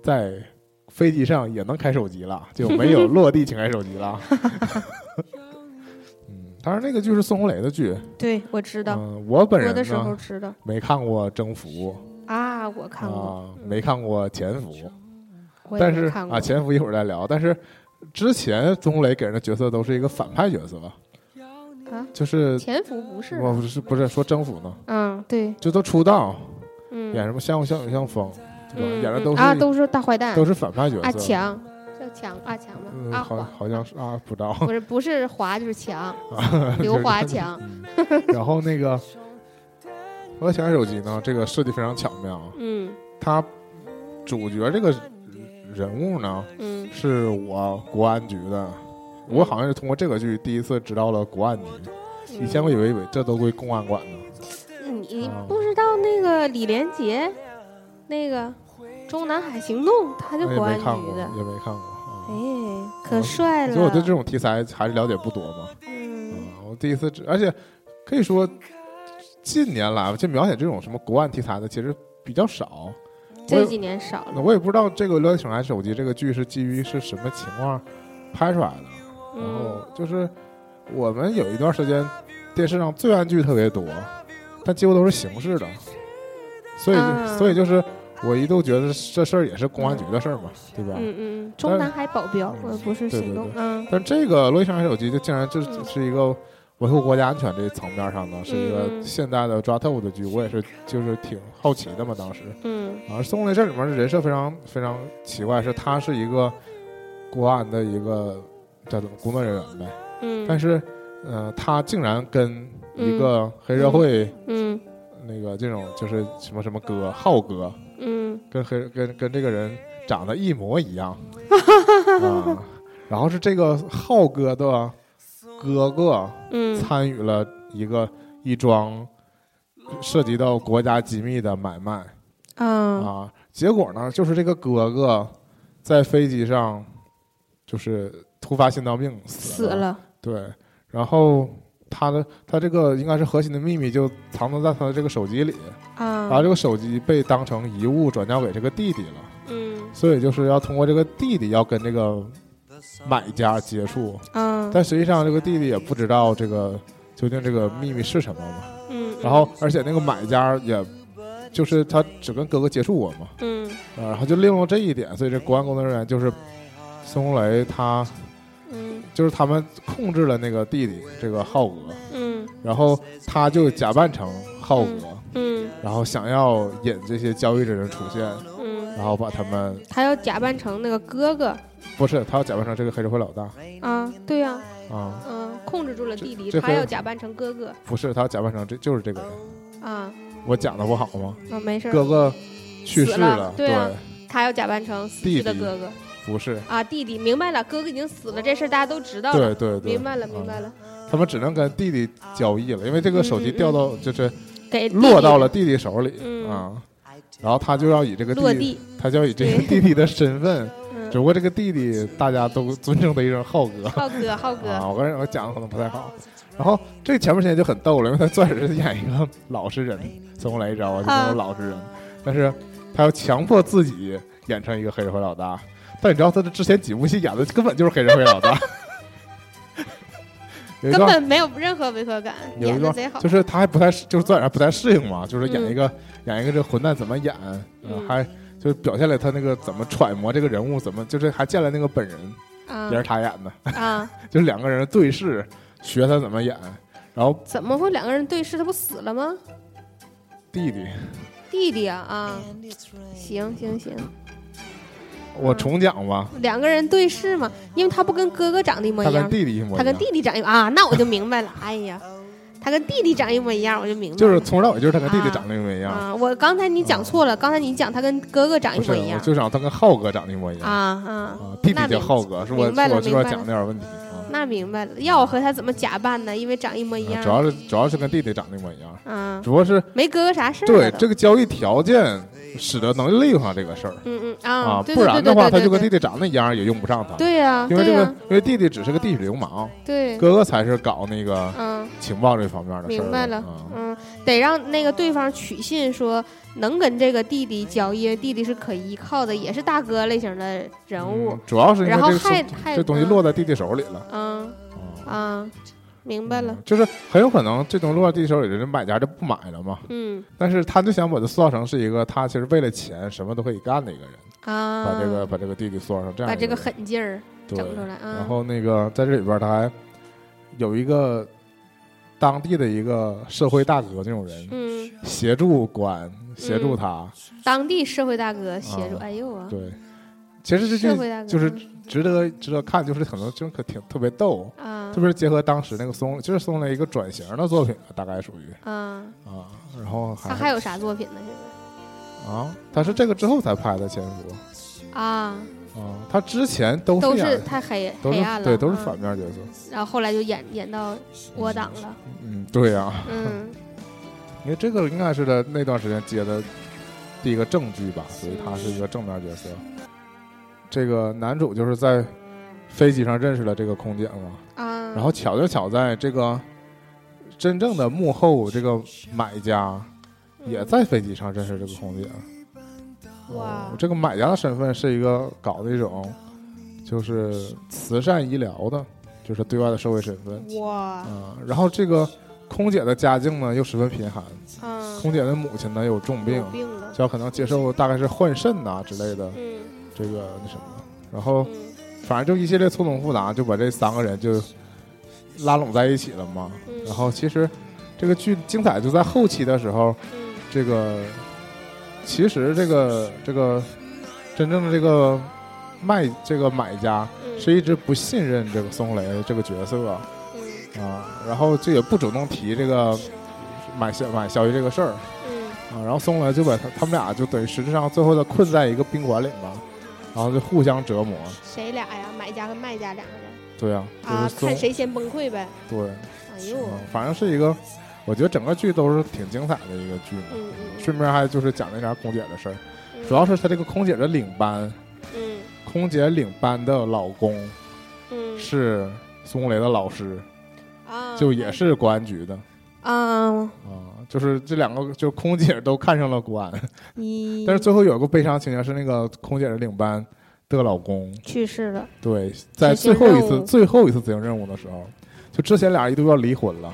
Speaker 2: 在飞机上也能开手机了，就没有落地请开手机了。嗯，当然那个剧是宋红雷的剧，
Speaker 1: 对我知
Speaker 2: 嗯、
Speaker 1: 道，
Speaker 2: 我本
Speaker 1: 我
Speaker 2: 人啊
Speaker 1: 的时候
Speaker 2: 呢
Speaker 1: 知道
Speaker 2: 没看过《征服》
Speaker 1: 啊，我看过，
Speaker 2: 啊，
Speaker 1: 嗯
Speaker 2: 没看过《潜伏》，
Speaker 1: 我也
Speaker 2: 但
Speaker 1: 没
Speaker 2: 是
Speaker 1: 看
Speaker 2: 啊，
Speaker 1: 过
Speaker 2: 《潜伏》一会儿再聊，但是。之前宗红雷给人的角色都是一个反派角色，
Speaker 1: 啊，
Speaker 2: 就是
Speaker 1: 潜伏不是
Speaker 2: 我不是不是说征服呢，
Speaker 1: 嗯，对，
Speaker 2: 就都出道，
Speaker 1: 嗯，
Speaker 2: 演什么像像像风，对吧？
Speaker 1: 嗯
Speaker 2: 演的
Speaker 1: 嗯
Speaker 2: 都是、
Speaker 1: 啊，都是大坏蛋
Speaker 2: 都，是反派角
Speaker 1: 阿
Speaker 2: 色。
Speaker 1: 强叫强阿强
Speaker 2: 嗯，
Speaker 1: 吗？阿
Speaker 2: 好
Speaker 1: 华
Speaker 2: 好像是啊，不知道。
Speaker 1: 不是不是华就是强，
Speaker 2: 就
Speaker 1: 刘
Speaker 2: 是
Speaker 1: 华 强，
Speaker 2: 嗯然后那个我想手机呢，这个设计非常巧妙。
Speaker 1: 嗯
Speaker 2: 他主角这个人物呢，
Speaker 1: 嗯
Speaker 2: 是我国安局的。我好像是通过这个剧第一次知道了国安局，以前我以为以为这都归公安管呢。
Speaker 1: 嗯你
Speaker 2: 啊
Speaker 1: 不知道那个李连杰，那个《中南海行动》，他就
Speaker 2: 也
Speaker 1: 国安
Speaker 2: 没看
Speaker 1: 局
Speaker 2: 过，
Speaker 1: 的，
Speaker 2: 也没看过。嗯
Speaker 1: 哎，可帅了。
Speaker 2: 所以我对这种题材还是了解不多嘛。
Speaker 1: 嗯
Speaker 2: 啊，我第一次知，而且可以说近年来吧，就描写这种什么国案题材的其实比较少。我
Speaker 1: 这
Speaker 2: 也
Speaker 1: 几年少了，
Speaker 2: 我也不知道这个《聊天请来手机》这个剧是基于是什么情况拍出来的。然后
Speaker 1: 嗯
Speaker 2: 就是我们有一段时间电视上罪案剧特别多，但几乎都是刑事的，所以、
Speaker 1: 啊
Speaker 2: 所以就是我一度觉得这事儿也是公安局的事儿嘛，对吧？
Speaker 1: 嗯嗯，《中南海保镖》
Speaker 2: 嗯
Speaker 1: 呃不是
Speaker 2: 对
Speaker 1: 行
Speaker 2: 对
Speaker 1: 动，
Speaker 2: 对
Speaker 1: 嗯
Speaker 2: 但这个《洛伊上海手机》就竟然就
Speaker 1: 嗯
Speaker 2: 是一个维护国家安全这一层面上呢，是一个
Speaker 1: 嗯
Speaker 2: 现代的抓特务的剧，我也是就是挺好奇的嘛。当时
Speaker 1: 嗯
Speaker 2: 啊，宋红雷这里面的人设非常非常奇怪，是他是一个国安的一个叫怎么工作人员呗，
Speaker 1: 嗯，
Speaker 2: 但是呃，他竟然跟一个黑社会
Speaker 1: 嗯
Speaker 2: 那个这种就是什么什么哥浩哥
Speaker 1: 嗯
Speaker 2: 跟黑跟跟这个人长得一模一 样啊。然后是这个浩哥的哥哥
Speaker 1: 嗯
Speaker 2: 参与了一个一桩涉及到国家机密的买卖
Speaker 1: 嗯
Speaker 2: 啊。结果呢，就是这个哥哥在飞机上就是突发心脏病
Speaker 1: 死
Speaker 2: 死了。
Speaker 1: 了，
Speaker 2: 对，然后他的他这个应该是核心的秘密就藏在在他的这个手机里，然后
Speaker 1: 啊
Speaker 2: 这个手机被当成遗物转交给这个弟弟了，
Speaker 1: 嗯
Speaker 2: 所以就是要通过这个弟弟要跟这个买家接触，
Speaker 1: 嗯
Speaker 2: 但实际上这个弟弟也不知道这个究竟这个秘密是什么嘛，
Speaker 1: 嗯，
Speaker 2: 然后而且那个买家也。就是他只跟哥哥接触过嘛，
Speaker 1: 嗯
Speaker 2: 啊然后就利用这一点，所以这国安工作人员就是孙红雷他，
Speaker 1: 嗯
Speaker 2: 就是他们控制了那个弟弟这个浩哥，
Speaker 1: 嗯
Speaker 2: 然后他就假扮成浩哥，
Speaker 1: 嗯
Speaker 2: 然后想要引这些交易的人出现，
Speaker 1: 嗯，
Speaker 2: 然后把他们
Speaker 1: 他要假扮成那个哥哥
Speaker 2: 不是他要假扮成这个黑社会老大
Speaker 1: 啊，对呀、
Speaker 2: 啊，
Speaker 1: 嗯，控制住了弟弟
Speaker 2: 这，这
Speaker 1: 他
Speaker 2: 和
Speaker 1: 要假扮成哥哥
Speaker 2: 不是他要假扮成这就是这个人，
Speaker 1: 啊
Speaker 2: 我讲的不好吗？
Speaker 1: 啊，没事儿，
Speaker 2: 哥哥去世
Speaker 1: 死了
Speaker 2: 对
Speaker 1: 对啊他要假扮成死去的
Speaker 2: 弟弟
Speaker 1: 哥哥
Speaker 2: 不是，
Speaker 1: 啊，弟弟明白了，哥哥已经死了，这事儿大家都知道了，
Speaker 2: 对对
Speaker 1: 哦
Speaker 2: 对，
Speaker 1: 明白了
Speaker 2: 啊
Speaker 1: 明白了，
Speaker 2: 他们只能跟弟弟交易了，因为这个手
Speaker 1: 嗯
Speaker 2: 机
Speaker 1: 嗯嗯
Speaker 2: 掉到就是
Speaker 1: 给弟弟
Speaker 2: 落到了弟弟手里
Speaker 1: 嗯
Speaker 2: 啊，然后他就要以这个
Speaker 1: 落
Speaker 2: 弟，
Speaker 1: 地，
Speaker 2: 他就要以这个弟弟的身份，
Speaker 1: 嗯
Speaker 2: 只，不过这个弟弟大家都尊称的一声浩哥。
Speaker 1: 浩哥浩哥，
Speaker 2: 啊，我跟我讲的可能不太好。然后这前面时间就很逗了，因为他 钻石演一个老实人，孙红雷知道吧，就那
Speaker 1: 啊
Speaker 2: 种老实人，但是他要强迫自己演成一个黑社会老大。但你知道他这之前几部戏演的根本就是黑社会老大， 有一
Speaker 1: 根
Speaker 2: 段
Speaker 1: 本没有任何违和感，
Speaker 2: 有一
Speaker 1: 演的
Speaker 2: 段
Speaker 1: 贼好，
Speaker 2: 就是他还不太适就是钻石还不太适应嘛，就是演
Speaker 1: 嗯
Speaker 2: 一个、演一个这混蛋怎么演，呃
Speaker 1: 嗯
Speaker 2: 还就是表现了他那个怎么揣摩这个人物，怎么就是还见了那个本人，
Speaker 1: 啊
Speaker 2: 也是他演的。
Speaker 1: 啊，
Speaker 2: 就是两个人对视，学他怎么演，然后
Speaker 1: 怎么会两个人对视？他不死了吗？
Speaker 2: 弟弟，
Speaker 1: 弟弟啊啊，行行行，
Speaker 2: 我重讲吧，
Speaker 1: 两个人对视嘛，因为他不跟哥哥长得一模
Speaker 2: 他
Speaker 1: 一
Speaker 2: 跟
Speaker 1: 样，
Speaker 2: 弟弟一模
Speaker 1: 他
Speaker 2: 一
Speaker 1: 跟
Speaker 2: 样，
Speaker 1: 弟弟长一啊，那我就明 白了。哎呀，他跟弟弟长一模一样，我就明白了。
Speaker 2: 就是从头到尾就是他跟弟弟
Speaker 1: 啊
Speaker 2: 长得一模一样，嗯
Speaker 1: 啊，我刚才你讲错了，刚才你讲他跟哥哥长一
Speaker 2: 不是，
Speaker 1: 模一
Speaker 2: 我
Speaker 1: 样
Speaker 2: 就想他跟浩哥长得一模一
Speaker 1: 啊
Speaker 2: 样，
Speaker 1: 啊，
Speaker 2: 啊弟弟
Speaker 1: 那
Speaker 2: 叫
Speaker 1: 明
Speaker 2: 浩哥，是我
Speaker 1: 明白了
Speaker 2: 我这块
Speaker 1: 明白了
Speaker 2: 讲的有点问题啊，
Speaker 1: 那明白了。要我和他怎么假扮呢？因为长一模一
Speaker 2: 啊
Speaker 1: 样
Speaker 2: 主要是主要是跟弟弟长得一模一样，
Speaker 1: 啊，
Speaker 2: 主要是
Speaker 1: 没哥哥啥事儿
Speaker 2: 对
Speaker 1: 了都。
Speaker 2: 这个交易条件使得能利用上这个事儿
Speaker 1: 嗯嗯
Speaker 2: 啊，
Speaker 1: 啊，对
Speaker 2: 不
Speaker 1: 对
Speaker 2: 然
Speaker 1: 对
Speaker 2: 的
Speaker 1: 对
Speaker 2: 话他
Speaker 1: 对
Speaker 2: 就跟弟
Speaker 1: 对
Speaker 2: 弟长得一样也用不上他，
Speaker 1: 对呀，
Speaker 2: 因为
Speaker 1: 对
Speaker 2: 这个
Speaker 1: 呀，
Speaker 2: 因为弟弟只是个地痞流氓，
Speaker 1: 对，
Speaker 2: 哥哥才是搞那个
Speaker 1: 嗯。
Speaker 2: 情报这方面的事儿的，
Speaker 1: 明白了
Speaker 2: 啊，
Speaker 1: 嗯，得让那个对方取信，说能跟这个弟弟交易，弟弟是可依靠的，也是大哥类型的人物。
Speaker 2: 嗯主要是因为
Speaker 1: 然
Speaker 2: 这
Speaker 1: 后嗯
Speaker 2: 个
Speaker 1: 还
Speaker 2: 手
Speaker 1: 还
Speaker 2: 这东西落在弟弟手里了。
Speaker 1: 嗯
Speaker 2: 啊
Speaker 1: 啊，明白了
Speaker 2: 嗯，就是很有可能这东西落在弟弟手里，人买家就不买了嘛。
Speaker 1: 嗯
Speaker 2: 但是他就想把它塑造成是一个他其实为了钱什么都可以干的一个人，
Speaker 1: 啊，
Speaker 2: 把这个把这个弟弟塑造成这样
Speaker 1: 把
Speaker 2: 一
Speaker 1: 这
Speaker 2: 个
Speaker 1: 个
Speaker 2: 人，
Speaker 1: 狠劲儿
Speaker 2: 对
Speaker 1: 整出来啊
Speaker 2: 然后那个在这里边他还有一个当地的一个社会大哥这种人
Speaker 1: 嗯，
Speaker 2: 协助官协助
Speaker 1: 啊
Speaker 2: 他，
Speaker 1: 当地社会大哥协助，
Speaker 2: 啊
Speaker 1: 哎呦啊，
Speaker 2: 对，其实这
Speaker 1: 社
Speaker 2: 就
Speaker 1: 会大哥嗯
Speaker 2: 就是值得值得看，就是可能真可挺特别逗。
Speaker 1: 啊
Speaker 2: 特别是结合当时那个松，就是松了一个转型的作品，大概属于
Speaker 1: 啊，
Speaker 2: 啊，然后还
Speaker 1: 他还有啥作品呢？现
Speaker 2: 啊，他是这个之后才拍的《潜伏
Speaker 1: 在啊，》
Speaker 2: 啊，他之前都
Speaker 1: 都
Speaker 2: 是
Speaker 1: 是
Speaker 2: 演
Speaker 1: 太黑
Speaker 2: 啊都
Speaker 1: 黑暗了，
Speaker 2: 是对都是
Speaker 1: 啊
Speaker 2: 反，面角色，
Speaker 1: 然后后来就演演到我党了，
Speaker 2: 嗯，对呀、
Speaker 1: 嗯
Speaker 2: 因为这个应该是他那段时间接的第一个正剧吧，所以他是一个正面角色。这个男主就是在飞机上认识了这个空姐嘛，
Speaker 1: 啊，
Speaker 2: 然后巧就巧在这个真正的幕后这个买家
Speaker 1: 嗯
Speaker 2: 也在飞机上认识这个空姐。呃
Speaker 1: 哇
Speaker 2: 这个买家的身份是一个搞的一种，就是慈善医疗的，就是对外的社会身份
Speaker 1: 嗯哇，
Speaker 2: 啊、然后这个空姐的家境呢又十分贫寒，
Speaker 1: 嗯，
Speaker 2: 空姐的母亲呢有重病
Speaker 1: 有，病了，
Speaker 2: 要可能接受大概是换肾呐、之类的
Speaker 1: 嗯
Speaker 2: 这个那什么，然后
Speaker 1: 嗯
Speaker 2: 反正就一系列错综复杂，就把这三个人就拉拢在一起了嘛。
Speaker 1: 嗯
Speaker 2: 然后其实这个剧精彩就在后期的时候，
Speaker 1: 嗯
Speaker 2: 这个其实这个这个真正的这个卖这个买家
Speaker 1: 嗯，
Speaker 2: 是一直不信任这个松雷这个角色啊，
Speaker 1: 嗯
Speaker 2: 然后就也不主动提这个买消买消息这个事儿啊，
Speaker 1: 嗯
Speaker 2: 然后松雷就把他他们俩就等于实质上最后的困在一个宾馆里嘛，然后就互相折磨。
Speaker 1: 谁俩呀？买家跟卖家两个人
Speaker 2: 对啊，
Speaker 1: 啊，
Speaker 2: 就是
Speaker 1: 看
Speaker 2: 综
Speaker 1: 谁先崩溃呗。
Speaker 2: 对，
Speaker 1: 哎呦，
Speaker 2: 嗯反正是一个，我觉得整个剧都是挺精彩的一个剧嘛。
Speaker 1: 嗯嗯，
Speaker 2: 顺便还就是讲那啥空姐的事儿，
Speaker 1: 嗯
Speaker 2: 主要是她这个空姐的领班，
Speaker 1: 嗯
Speaker 2: 空姐领班的老公
Speaker 1: 嗯
Speaker 2: 是孙红雷的老师，
Speaker 1: 啊，
Speaker 2: 就也是公安局的
Speaker 1: 啊，
Speaker 2: 啊，就是这两个就空姐都看上了公安，
Speaker 1: 嗯你
Speaker 2: 但是最后有一个悲伤情节是那个空姐的领班的老公，
Speaker 1: 去世了，
Speaker 2: 对，在
Speaker 1: 执行
Speaker 2: 最后一
Speaker 1: 任
Speaker 2: 次
Speaker 1: 务
Speaker 2: 最后一次执行任务的时候，就之前俩人都要离婚了，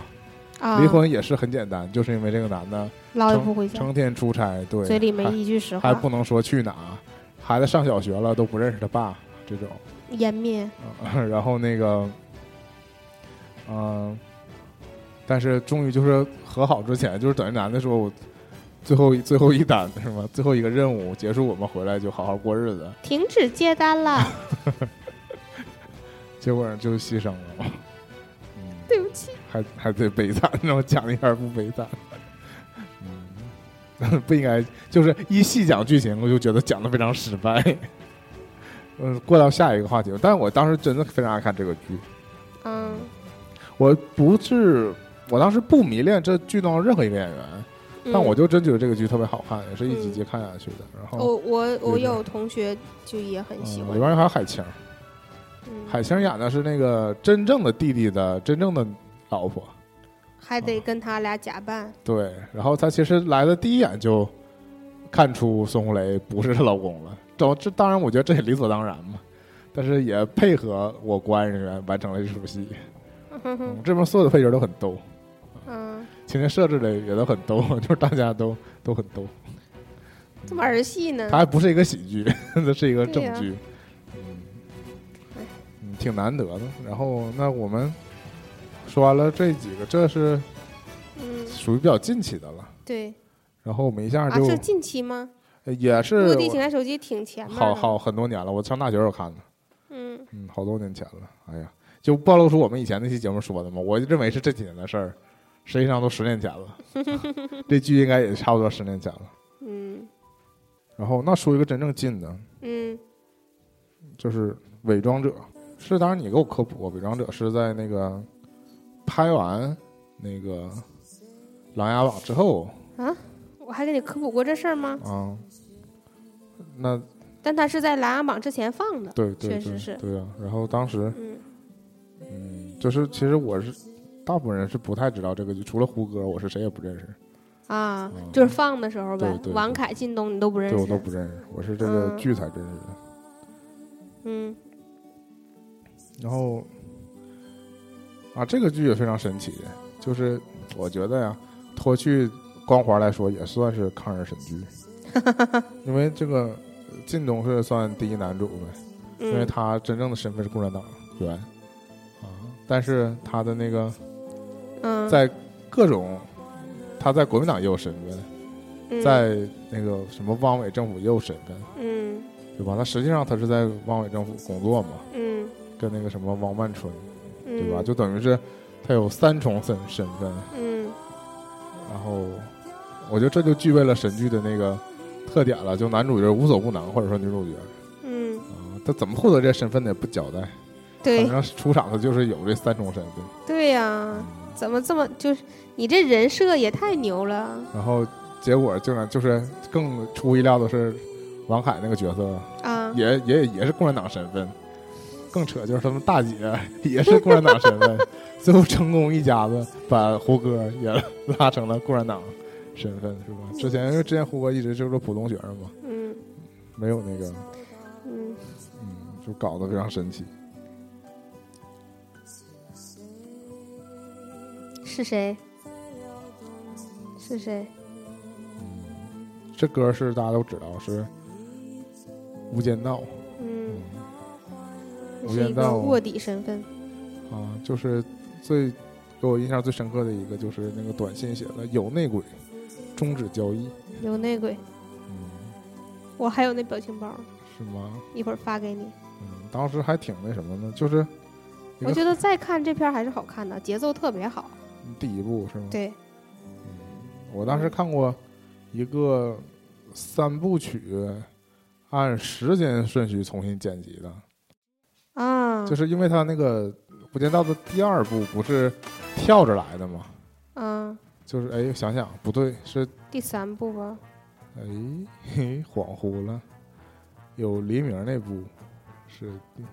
Speaker 1: 啊，
Speaker 2: 离婚也是很简单，就是因为这个男的
Speaker 1: 老也不回家，
Speaker 2: 成天出差，对，
Speaker 1: 嘴里没
Speaker 2: 还
Speaker 1: 一句实
Speaker 2: 还
Speaker 1: 话，
Speaker 2: 不能说去哪，孩子上小学了都不认识他爸这种，
Speaker 1: 湮灭，
Speaker 2: 嗯 然后那个，嗯、但是终于就是和好之前，就是等于男的说我最后一最后一单是吗？最后一个任务结束，我们回来就好好过日子，
Speaker 1: 停止接单了，
Speaker 2: 结果就牺牲了，嗯，
Speaker 1: 对不起，
Speaker 2: 还还贼悲惨， 让我讲的一点儿不悲惨，嗯， 不应该，就是一细讲剧情，我就觉得讲的非常失败。 嗯，过到下一个话题吧，但是我当时真的非常爱看这个剧，
Speaker 1: 嗯
Speaker 2: 我不是，我当时不迷恋这剧中的任何一个演员，
Speaker 1: 嗯，
Speaker 2: 但我就真觉得这个剧特别好看，也是一集集看下去的。然后、
Speaker 1: 我我我
Speaker 2: 有
Speaker 1: 有同学就也很哦喜
Speaker 2: 嗯、
Speaker 1: 欢
Speaker 2: 里，边还有海清，
Speaker 1: 嗯
Speaker 2: 海清演的是那个真正的弟弟的真正的老婆，
Speaker 1: 还得
Speaker 2: 嗯
Speaker 1: 跟他俩假扮，
Speaker 2: 对。然后她其实来的第一眼就看出孙红雷不是她老公了，这这当然我觉得这也理所当然嘛，但是也配合我国安人员完成了这出戏。
Speaker 1: 哼
Speaker 2: 嗯
Speaker 1: 哼，
Speaker 2: 这边所有的配角都很逗，
Speaker 1: 嗯，
Speaker 2: 情节设置的也都很逗，就是大家都都很逗。
Speaker 1: 这么儿戏呢
Speaker 2: 它，还不是一个喜剧， 这是一个正
Speaker 1: 对呀
Speaker 2: 剧，
Speaker 1: 哎
Speaker 2: 嗯，嗯，挺难得的。然后那我们说完了这几个，这是
Speaker 1: 嗯，
Speaker 2: 属于比较近期的了。
Speaker 1: 对，
Speaker 2: 然后我们一下
Speaker 1: 啊，
Speaker 2: 就、
Speaker 1: 这近期吗？
Speaker 2: 呃也
Speaker 1: 《
Speaker 2: 是
Speaker 1: 落地情感手机》挺前面，
Speaker 2: 好，好很多年了，我上大学时候看的，
Speaker 1: 嗯
Speaker 2: 嗯，好多年前了。哎呀，就暴露出我们以前那期节目说的嘛，我认为是这几年的事儿，实际上都十年 前了。这剧应该也差不多十年前了。
Speaker 1: 嗯
Speaker 2: 然后那说一个真正近的，
Speaker 1: 嗯，
Speaker 2: 就是《伪装者》，是当然你给我科普过，《伪装者》是在那个拍完那个《琅琊榜》之后
Speaker 1: 我还给你科普过这事儿吗？
Speaker 2: 啊，那
Speaker 1: 但它是在《琅琊榜》之前放的，
Speaker 2: 对
Speaker 1: 确
Speaker 2: 对对，
Speaker 1: 实是
Speaker 2: 对啊。然后当时
Speaker 1: 嗯
Speaker 2: 嗯，就是其实我是大部分人是不太知道这个剧，除了胡歌，我是谁也不认识，
Speaker 1: 啊
Speaker 2: 嗯，
Speaker 1: 就是放的时候
Speaker 2: 对
Speaker 1: 呗
Speaker 2: 对。对
Speaker 1: 王凯、靳东你都不认
Speaker 2: 对我都
Speaker 1: 识，
Speaker 2: 不认识，我是这个
Speaker 1: 嗯
Speaker 2: 剧才认识的。
Speaker 1: 嗯
Speaker 2: 然后啊，这个剧也非常神奇，就是我觉得呀，脱去光环来说，也算是抗日神 剧，因为这个呃靳东是算第一男主呗，因为
Speaker 1: 嗯
Speaker 2: 他真正的身份是共产党员啊，但是他的那个
Speaker 1: 嗯，
Speaker 2: 在各种。他在国民党也有身份，
Speaker 1: 嗯
Speaker 2: 在那个什么汪伪政府也有身份，
Speaker 1: 嗯
Speaker 2: 对吧？他实际上他是在汪伪政府工作嘛，
Speaker 1: 嗯
Speaker 2: 跟那个什么汪曼春
Speaker 1: 嗯，
Speaker 2: 对吧？就等于是他有三重身身份，
Speaker 1: 嗯
Speaker 2: 然后我觉得这就具备了神剧的那个特点了，就男主角无所不能，或者说女主角
Speaker 1: 嗯，
Speaker 2: 啊、他怎么获得这身份的也不交代，反
Speaker 1: 对
Speaker 2: 正嗯出场他就是有这三重身份，
Speaker 1: 对呀，怎么这么就是你这人设也太牛了
Speaker 2: 然后结果竟然就是更出乎意料的是，王凯那个角色
Speaker 1: 啊！
Speaker 2: 也也也是共产党身份。更扯就是他们大姐 也是共产党身份，最后成功一家子把胡歌也拉成了共产党身份，是吧？之前因为之前胡歌一直就是普通学生嘛，
Speaker 1: 嗯
Speaker 2: 没有那个，
Speaker 1: 嗯
Speaker 2: 嗯，就搞得非常神奇。
Speaker 1: 是谁？是谁？
Speaker 2: 这歌是大家都知道是《无间道》
Speaker 1: 嗯，
Speaker 2: 无
Speaker 1: 是一
Speaker 2: 间
Speaker 1: 个
Speaker 2: 道
Speaker 1: 卧底身份。
Speaker 2: 啊，就是最给我印象最深刻的一个，就是那个短信写的“有内鬼，终止交易
Speaker 1: 有内鬼，”，
Speaker 2: 嗯，
Speaker 1: 我还有那表情包，
Speaker 2: 是吗？
Speaker 1: 一会儿发给你。
Speaker 2: 嗯，当时还挺那什么呢，就是一
Speaker 1: 我
Speaker 2: 个
Speaker 1: 觉得再看这片儿还是好看的，节奏特别好。
Speaker 2: 第一部是吗？
Speaker 1: 对，
Speaker 2: 我当时看过一个三部曲，按时间顺序重新剪辑的，
Speaker 1: 啊，
Speaker 2: 就是因为他那个《无间道》的第二部不是跳着来的吗？
Speaker 1: 啊，
Speaker 2: 就是哎，想想不对，是
Speaker 1: 第三部吧，
Speaker 2: 哎，嘿恍惚了，有黎明那部是第，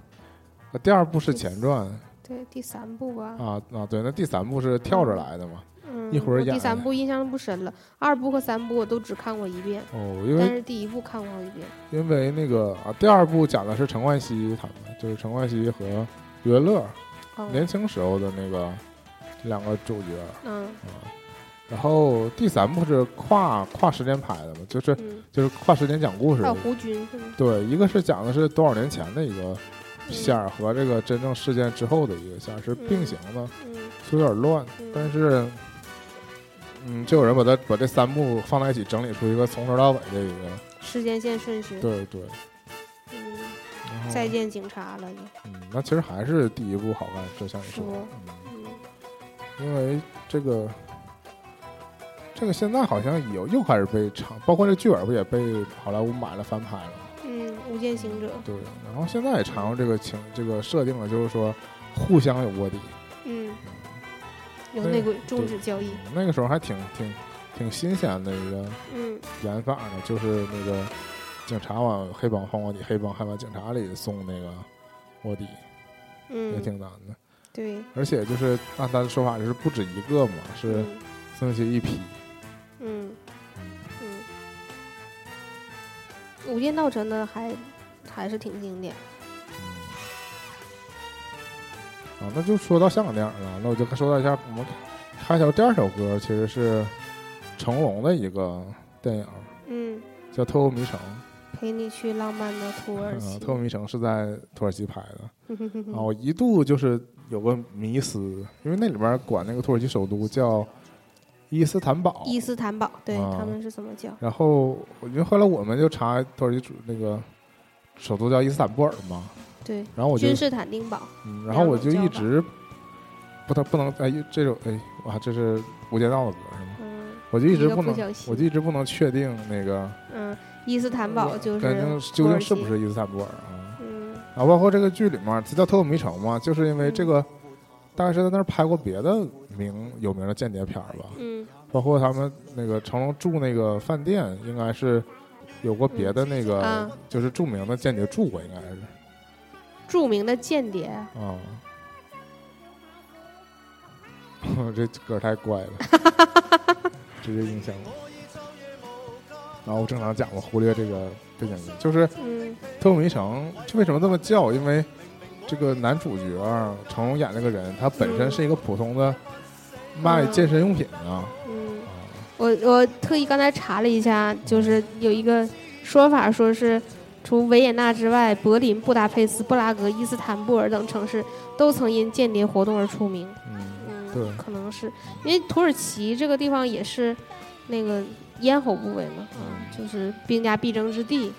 Speaker 2: 呃第二部是前传
Speaker 1: 对，第三部吧，
Speaker 2: 啊啊，对，那第三部是跳着来的嘛。
Speaker 1: 嗯，
Speaker 2: 一会儿
Speaker 1: 我
Speaker 2: 演
Speaker 1: 第三
Speaker 2: 的
Speaker 1: 部印象不深了，二部和三部我都只看过一遍，
Speaker 2: 哦，因
Speaker 1: 但
Speaker 2: 为
Speaker 1: 是第一部看过好几遍。
Speaker 2: 因为那个啊，第二部讲的是陈冠希他们，就是陈冠希和余文乐年
Speaker 1: 哦，
Speaker 2: 轻时候的那个这两个主角
Speaker 1: 嗯
Speaker 2: 啊。然后第三部是跨跨时间拍的嘛，就是
Speaker 1: 嗯，
Speaker 2: 就是跨时间讲故事
Speaker 1: 还。有胡军嗯是吗？
Speaker 2: 对，一个是讲的是多少年前的一个
Speaker 1: 嗯
Speaker 2: 线儿和这个真正事件之后的一个线儿是并行的，
Speaker 1: 嗯
Speaker 2: 所以有点乱。
Speaker 1: 嗯
Speaker 2: 但是，嗯，就有人把它把这三部放在一起整理出一个从头到尾的一个，
Speaker 1: 时间线顺序。
Speaker 2: 对哦对。
Speaker 1: 嗯，
Speaker 2: 然后
Speaker 1: 再见警察了就。
Speaker 2: 嗯，那其实还是第一部好看，就像你说的，
Speaker 1: 嗯
Speaker 2: 嗯，因为这个这个现在好像有又开始被唱，包括这剧本不也被好莱坞买了翻拍了吗？
Speaker 1: 嗯，无间行者。
Speaker 2: 对，然后现在也常用这个情这个设定了，就是说互相有卧底，
Speaker 1: 嗯，
Speaker 2: 嗯
Speaker 1: 有内鬼终止交易。
Speaker 2: 嗯那个时候还挺挺挺新鲜的一个
Speaker 1: 嗯
Speaker 2: 演法呢，就是那个警察往黑帮放卧底，黑帮还往警察里送那个卧底，也
Speaker 1: 嗯，
Speaker 2: 挺难的。
Speaker 1: 对。
Speaker 2: 而且就是按他的说法，就是不止一个嘛，是。
Speaker 1: 嗯
Speaker 2: 分析一批。
Speaker 1: 嗯嗯，无间道真的还还是挺经典。
Speaker 2: 啊，那就说到香港电影了，那我就说到一下我们开头第二首歌，其实是成龙的一个电影，
Speaker 1: 嗯，
Speaker 2: 叫《特务迷城》。
Speaker 1: 陪你去浪漫的土耳
Speaker 2: 嗯，
Speaker 1: 其
Speaker 2: 《特。务迷城》是在土耳其拍的。 啊，
Speaker 1: 嗯
Speaker 2: 我一度就是有个迷思，因为那里边管那个土耳其首都叫伊斯坦堡。
Speaker 1: 伊斯坦堡，对
Speaker 2: 啊
Speaker 1: 他们是怎么叫？
Speaker 2: 然后，因为后来我们就查土耳其主那个首都叫伊斯坦布尔嘛，
Speaker 1: 对，
Speaker 2: 然后我就
Speaker 1: 君士坦丁堡。
Speaker 2: 嗯，然后我就
Speaker 1: 两
Speaker 2: 一
Speaker 1: 种叫法
Speaker 2: 直不，他不能哎，这首哎哇，这是《无间道》的歌是吗？
Speaker 1: 嗯
Speaker 2: 我就一
Speaker 1: 一
Speaker 2: 直
Speaker 1: 个
Speaker 2: 不
Speaker 1: 不
Speaker 2: 能，
Speaker 1: 小心
Speaker 2: 我就一直不能确定那个
Speaker 1: 嗯，伊斯坦堡就是
Speaker 2: 感情
Speaker 1: 土
Speaker 2: 究
Speaker 1: 耳
Speaker 2: 竟
Speaker 1: 其
Speaker 2: 是不是伊斯坦布尔啊？
Speaker 1: 嗯
Speaker 2: 啊，包括这个剧里面，它叫《特务迷城》嘛，就是因为这个，大概是在那儿拍过别的名有名的间谍片儿吧，
Speaker 1: 嗯
Speaker 2: 包括他们那个成龙住那个饭店，应该是有过别的那个，
Speaker 1: 啊
Speaker 2: 就是著名的间谍住过，应该是
Speaker 1: 著名的间谍啊，
Speaker 2: 啊。 这歌太怪了， 直接影响我。然后我正常讲，我忽略这个背景音，就是《
Speaker 1: 嗯
Speaker 2: 特务迷城》为什么这么叫？因为这个男主角啊成龙演那个人，他本身是一个普通的卖健身用品啊，
Speaker 1: 嗯，
Speaker 2: 啊
Speaker 1: 我我特意刚才查了一下，就是有一个说法，说是除维也纳之外，柏林、布达佩斯、布拉格、伊斯坦布尔等城市都曾因间谍活动而出名。
Speaker 2: 嗯，
Speaker 1: 嗯，
Speaker 2: 对
Speaker 1: 可能是因为土耳其这个地方也是那个咽喉部位嘛，啊，就是兵家必争之地。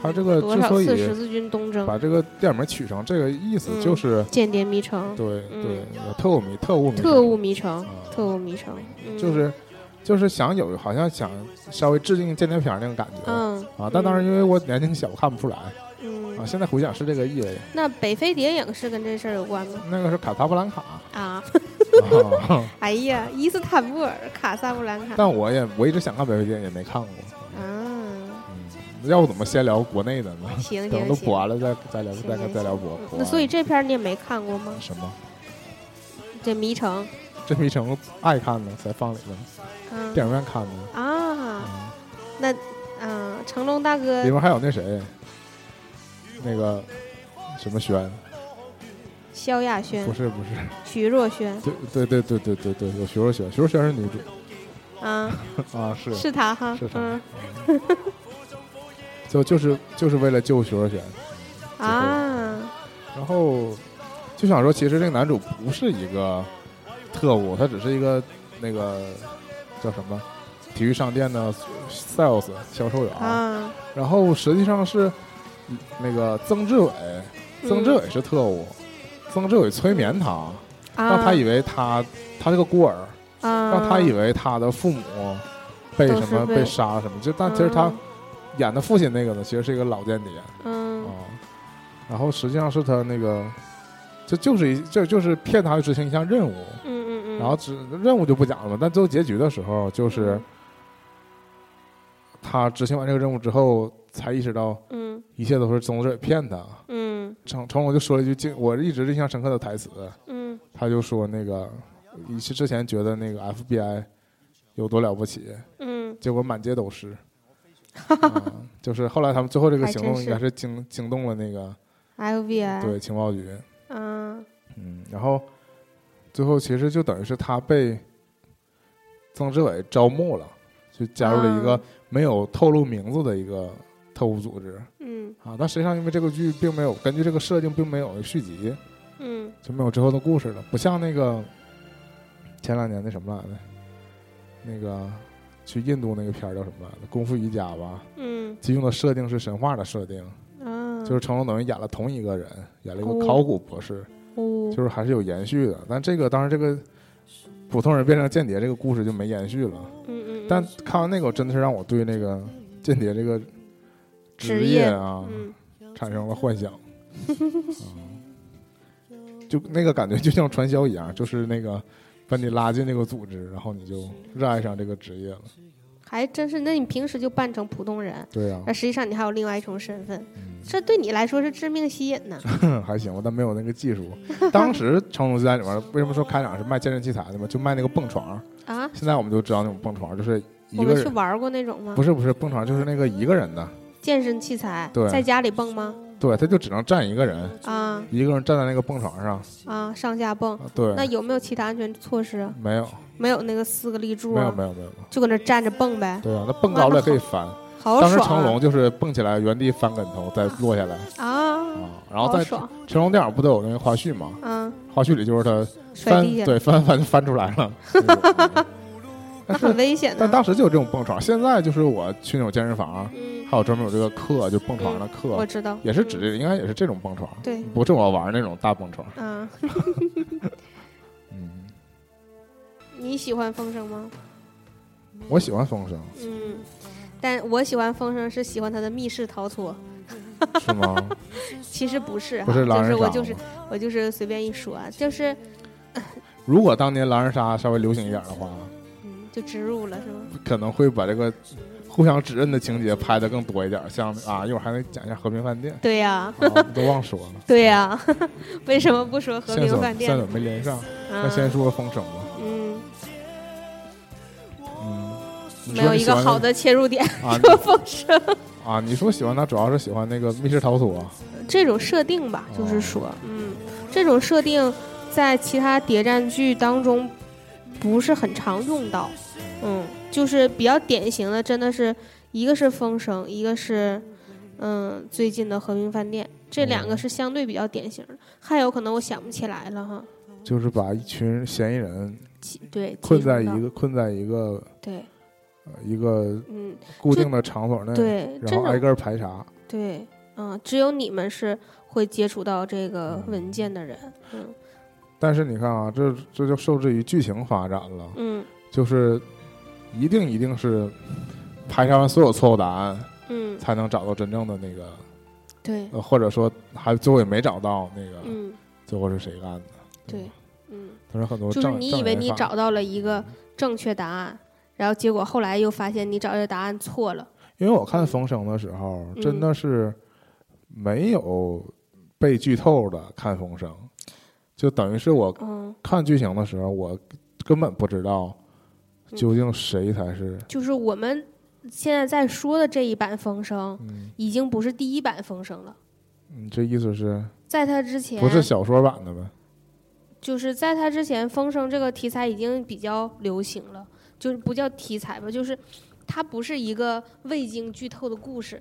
Speaker 2: 他嗯这个
Speaker 1: 多
Speaker 2: 之
Speaker 1: 少
Speaker 2: 所
Speaker 1: 次十
Speaker 2: 以
Speaker 1: 字军东征，
Speaker 2: 把这个电影名取成这个意思，
Speaker 1: 嗯
Speaker 2: 就是
Speaker 1: 间谍迷城，
Speaker 2: 对
Speaker 1: 嗯
Speaker 2: 对，有特务迷，特务迷，
Speaker 1: 特务迷城，
Speaker 2: 啊
Speaker 1: 特务迷城，嗯
Speaker 2: 就是就是想有好像想稍微致敬间谍片儿那种感觉，
Speaker 1: 嗯
Speaker 2: 啊，但当然，因为我年龄小，我看不出来
Speaker 1: 嗯
Speaker 2: 啊。
Speaker 1: 嗯，
Speaker 2: 现在回想是这个意味，
Speaker 1: 那北非谍影是跟这事儿有关吗？
Speaker 2: 那个是卡萨布 兰卡，啊、
Speaker 1: 啊，哎呀，伊斯坦布尔、卡萨布兰卡
Speaker 2: 但我也我一直想看北非电影，也没看过。
Speaker 1: 啊，
Speaker 2: 嗯，要不怎么先聊国内的 呢？
Speaker 1: 行
Speaker 2: 等都
Speaker 1: 行
Speaker 2: 播啊
Speaker 1: 行，
Speaker 2: 完了再再聊
Speaker 1: 行
Speaker 2: 再
Speaker 1: 行
Speaker 2: 再聊啊国
Speaker 1: 嗯。
Speaker 2: 国
Speaker 1: 那所以
Speaker 2: 外
Speaker 1: 这片儿你也没看过吗？
Speaker 2: 什么？
Speaker 1: 这迷城，
Speaker 2: 这迷城爱看呢，才放里头，
Speaker 1: 嗯
Speaker 2: 电影院看的。
Speaker 1: 啊，
Speaker 2: 嗯
Speaker 1: 那嗯，成龙大哥
Speaker 2: 里面还有那谁，那个什么轩，
Speaker 1: 萧亚轩
Speaker 2: 不、是不是，
Speaker 1: 徐若瑄
Speaker 2: 对对对对对对对，有徐若瑄，徐若瑄是女主
Speaker 1: 啊，
Speaker 2: 啊，是
Speaker 1: 是他哈
Speaker 2: 是，他
Speaker 1: 嗯
Speaker 2: 就就是就是为了救徐若瑄。
Speaker 1: 啊，
Speaker 2: 然后就想说，其实这个男主不是一个特务，他只是一个那个叫什么体育商店的 sales 销售员。
Speaker 1: 啊，
Speaker 2: 然后实际上是嗯那个曾志伟，
Speaker 1: 嗯
Speaker 2: 曾志伟是特务，曾志伟催眠他，让
Speaker 1: 让
Speaker 2: 他以为他他是个孤儿，
Speaker 1: 啊，
Speaker 2: 让他以为他的父母被什么
Speaker 1: 都是被
Speaker 2: 被杀什么，就但其实他
Speaker 1: 嗯
Speaker 2: 演的父亲那个呢，其实是一个老间谍
Speaker 1: 嗯
Speaker 2: 啊，然后实际上是他那个，这就是一这就是骗他去执行一项任务，
Speaker 1: 嗯嗯嗯，
Speaker 2: 然后只任务就不讲了嘛，但最后结局的时候，就是他执行完这个任务之后，才意识到
Speaker 1: 嗯
Speaker 2: 一切都是宗子骗他。
Speaker 1: 嗯
Speaker 2: 成成龙就说了一句经我一直印象深刻的台词，
Speaker 1: 嗯
Speaker 2: 他就说那个，你是之前觉得那个 FBI 有多了不起，
Speaker 1: 嗯
Speaker 2: 结果满街都 是。啊就是后来他们最后这个
Speaker 1: 还
Speaker 2: 行
Speaker 1: 真
Speaker 2: 动应
Speaker 1: 是哎
Speaker 2: 该是惊惊动了那个
Speaker 1: ，FBI，
Speaker 2: 对情报局，
Speaker 1: 嗯
Speaker 2: 嗯，然后最后其实就等于是他被曾志伟招募了，就加入了一个
Speaker 1: 啊
Speaker 2: 没有透露名字的一个特务组织
Speaker 1: 嗯
Speaker 2: 啊。但实际上，因为这个剧并没有根据这个设定，并没有续集，
Speaker 1: 嗯
Speaker 2: 就没有之后的故事了。不像那个前两年那什么来着，那个去印度那个片儿叫什么来着，《功夫瑜伽》吧，
Speaker 1: 嗯
Speaker 2: 其用的设定是神话的设定，
Speaker 1: 啊，
Speaker 2: 就是成龙等于演了同一个人，演了一
Speaker 1: 哦
Speaker 2: 个考古博士。
Speaker 1: 哦
Speaker 2: 就是还是有延续的。但这个当然这个普通人变成间谍这个故事就没延续了。
Speaker 1: 嗯嗯，
Speaker 2: 但看完那个，我真的是让我对那个间谍这个
Speaker 1: 职
Speaker 2: 业
Speaker 1: 业
Speaker 2: 啊
Speaker 1: 嗯
Speaker 2: 产生了幻想。嗯就那个感觉就像传销一样，就是那个把你拉进这个组织，然后你就热爱上这个职业了。
Speaker 1: 还真是，那你平时就扮成普通人，
Speaker 2: 对呀、
Speaker 1: 那实际上你还有另外一重身份，
Speaker 2: 嗯
Speaker 1: 这对你来说是致命吸 引呢。
Speaker 2: 还行吧，但没有那个技术。当时成龙就在里面，为什么说开场是卖健身器材的嘛？就卖那个蹦床。
Speaker 1: 啊，
Speaker 2: 现在我们就知道那种蹦床，就是一
Speaker 1: 我
Speaker 2: 个
Speaker 1: 们去
Speaker 2: 人
Speaker 1: 玩过那种吗
Speaker 2: 不？是不是，蹦床就是那个一个人的，
Speaker 1: 健身器材
Speaker 2: 对
Speaker 1: 在家里蹦吗？
Speaker 2: 对，他就只能站一个人，
Speaker 1: 啊
Speaker 2: 一个人站在那个蹦床上，
Speaker 1: 啊，上下蹦。
Speaker 2: 啊对，
Speaker 1: 那有没有其他安全措施啊？
Speaker 2: 没有
Speaker 1: 没有那个四个立柱
Speaker 2: 没有
Speaker 1: 啊，
Speaker 2: 没有没有，
Speaker 1: 就搁那站着蹦呗，
Speaker 2: 对啊，那蹦高了也可以翻。
Speaker 1: 好
Speaker 2: 当时
Speaker 1: 爽啊！
Speaker 2: 成龙就是蹦起来，原地翻跟头，再落下来
Speaker 1: 啊，
Speaker 2: 啊，然后
Speaker 1: 好
Speaker 2: 在
Speaker 1: 爽，
Speaker 2: 成龙电影不都有那个花絮嘛？
Speaker 1: 嗯，
Speaker 2: 花絮里就是他
Speaker 1: 摔
Speaker 2: 翻
Speaker 1: 地下，
Speaker 2: 对翻翻翻出来了。那种嗯
Speaker 1: 那很危险啊
Speaker 2: 但
Speaker 1: 的。
Speaker 2: 当时就有这种蹦床，现在就是我去那种健身房，
Speaker 1: 嗯，
Speaker 2: 还有专门有这个课，就蹦床的
Speaker 1: 我
Speaker 2: 课，
Speaker 1: 知道，嗯
Speaker 2: 也是指这应该也是这种蹦床，
Speaker 1: 对，
Speaker 2: 不是我玩那种大蹦床。
Speaker 1: 嗯，
Speaker 2: 嗯，
Speaker 1: 你喜欢风声吗？
Speaker 2: 我喜欢风声，
Speaker 1: 嗯，但我喜欢风声是喜欢他的密室逃脱，
Speaker 2: 是 吗？
Speaker 1: 其实不是哈，
Speaker 2: 不是狼
Speaker 1: 就是
Speaker 2: 人杀
Speaker 1: 我
Speaker 2: 吗？
Speaker 1: 就是我就是随便一说啊，就是
Speaker 2: 如果当年狼人杀稍微流行一点的话，
Speaker 1: 嗯，就植入了是吗？
Speaker 2: 可能会把这个互相指认的情节拍的更多一点。像啊，一会儿还得讲一下和平饭店，
Speaker 1: 对呀、
Speaker 2: 啊、都忘说了，
Speaker 1: 对呀、 为什么不说和
Speaker 2: 线
Speaker 1: 平
Speaker 2: 索
Speaker 1: 饭店
Speaker 2: 线
Speaker 1: 呢？
Speaker 2: 索没连上。那
Speaker 1: 啊，
Speaker 2: 先说风声吧，
Speaker 1: 嗯，
Speaker 2: 嗯，你
Speaker 1: 没
Speaker 2: 说
Speaker 1: 有
Speaker 2: 你
Speaker 1: 一
Speaker 2: 喜
Speaker 1: 个
Speaker 2: 欢
Speaker 1: 好的切入点。
Speaker 2: 那啊
Speaker 1: 说风声
Speaker 2: 啊，你说喜欢他主要是喜欢那个密室逃脱，
Speaker 1: 这种设定吧，
Speaker 2: 哦
Speaker 1: 就是说，嗯，这种设定在其他谍战剧当中不是很常用到，嗯，就是比较典型的，真的是一个是《风声》，一个是嗯最近的《和平饭店》，这两个是相对比较典型的，还有可能我想不起来了哈，
Speaker 2: 就是把一群嫌疑人
Speaker 1: 集对，集
Speaker 2: 困在
Speaker 1: 中到
Speaker 2: 一个困在一个、
Speaker 1: 对，
Speaker 2: 呃一个
Speaker 1: 嗯，
Speaker 2: 固定的场所内，
Speaker 1: 对，
Speaker 2: 哎然
Speaker 1: 真
Speaker 2: 后挨
Speaker 1: 的
Speaker 2: 个儿排查。
Speaker 1: 对，嗯，只有你们是会接触到这个文件的人，嗯
Speaker 2: 但是你看啊，这这就受制于剧情发展了。
Speaker 1: 嗯
Speaker 2: 就是一定一定是排查完所有错误答案，
Speaker 1: 嗯，
Speaker 2: 才能找到真正的那个，
Speaker 1: 对，
Speaker 2: 呃，或者说还最后也没找到那个，
Speaker 1: 嗯。
Speaker 2: 最后是谁干的？
Speaker 1: 对，嗯，
Speaker 2: 但是很多
Speaker 1: 就是
Speaker 2: 证
Speaker 1: 你以为你找，
Speaker 2: 证人犯
Speaker 1: 到了一个正确答案，然后结果后来又发现你找的答案错了。
Speaker 2: 因为我看《风声》的时候，
Speaker 1: 嗯
Speaker 2: 真的是没有被剧透的看《风声》，就等于是我
Speaker 1: 嗯，
Speaker 2: 看剧情的时候，我根本不知道
Speaker 1: 嗯
Speaker 2: 究竟谁才是，
Speaker 1: 就是我们现在在说的这一版《风声》，
Speaker 2: 嗯，
Speaker 1: 已经不是第一版《风声》了。
Speaker 2: 你这意思是
Speaker 1: 在它之前，
Speaker 2: 不是小说版的呗？
Speaker 1: 就是在它之前，《风声》这个题材已经比较流行了，就是不叫题材吧，就是它不是一个未经剧透的故事，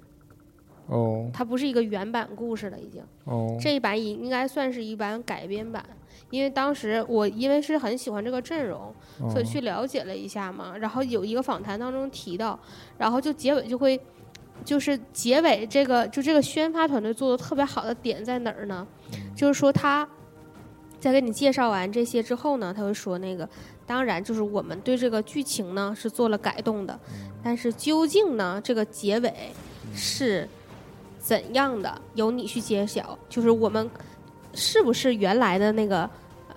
Speaker 2: 哦
Speaker 1: 它不是一个原版故事了，已经。
Speaker 2: 哦，
Speaker 1: 这一版也应该算是一版改编版，因为当时我因为是很喜欢这个阵容，所以
Speaker 2: 哦
Speaker 1: 去了解了一下嘛。然后有一个访谈当中提到，然后就结尾就会，就是结尾这个就这个宣发团队做的特别好的点在哪儿呢？就是说他在给你介绍完这些之后呢，他会说那个，当然就是我们对这个剧情呢是做了改动的，但是究竟呢这个结尾
Speaker 2: 嗯
Speaker 1: 是怎样的，由你去揭晓。就是我们是不是原来的那个，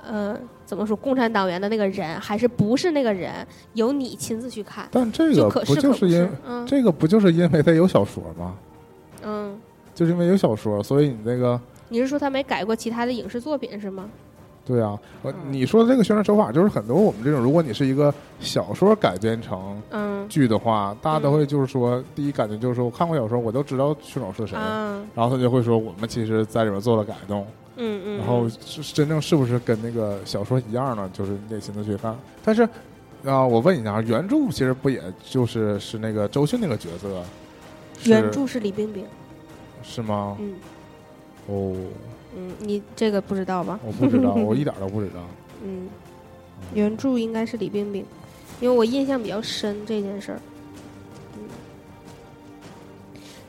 Speaker 1: 呃，怎么说，共产党员的那个人，还是不是那个人，由你亲自去看，
Speaker 2: 但这
Speaker 1: 就
Speaker 2: 个
Speaker 1: 可
Speaker 2: 不
Speaker 1: 可
Speaker 2: 就
Speaker 1: 不
Speaker 2: 是因
Speaker 1: 嗯
Speaker 2: 这个不就是因为它有小说吗？
Speaker 1: 嗯，
Speaker 2: 就是因为有小说，所以你那个
Speaker 1: 你是说他没改过其他的影视作品是吗？
Speaker 2: 对啊，呃
Speaker 1: 嗯
Speaker 2: 你说的这个宣传手法，就是很多我们这种，如果你是一个小说改编成
Speaker 1: 嗯
Speaker 2: 剧的话，大家都
Speaker 1: 嗯
Speaker 2: 会就是说，第一感觉就是说我看过小说，我都知道凶手是谁，
Speaker 1: 啊
Speaker 2: 然后他就会说我们其实在里面做了改动，
Speaker 1: 嗯嗯，
Speaker 2: 然后是真正是不是跟那个小说一样呢？就是你得亲自去看。但是啊、我问一下，原著其实不也就是是那个周迅那个角色，是
Speaker 1: 原著是李冰冰，
Speaker 2: 是吗？
Speaker 1: 嗯
Speaker 2: 哦，
Speaker 1: 嗯，你这个不知道吧？
Speaker 2: 我不知道，我一点都不知 道。
Speaker 1: 嗯，原著应该是李冰冰，因为我印象比较深这件事儿。嗯，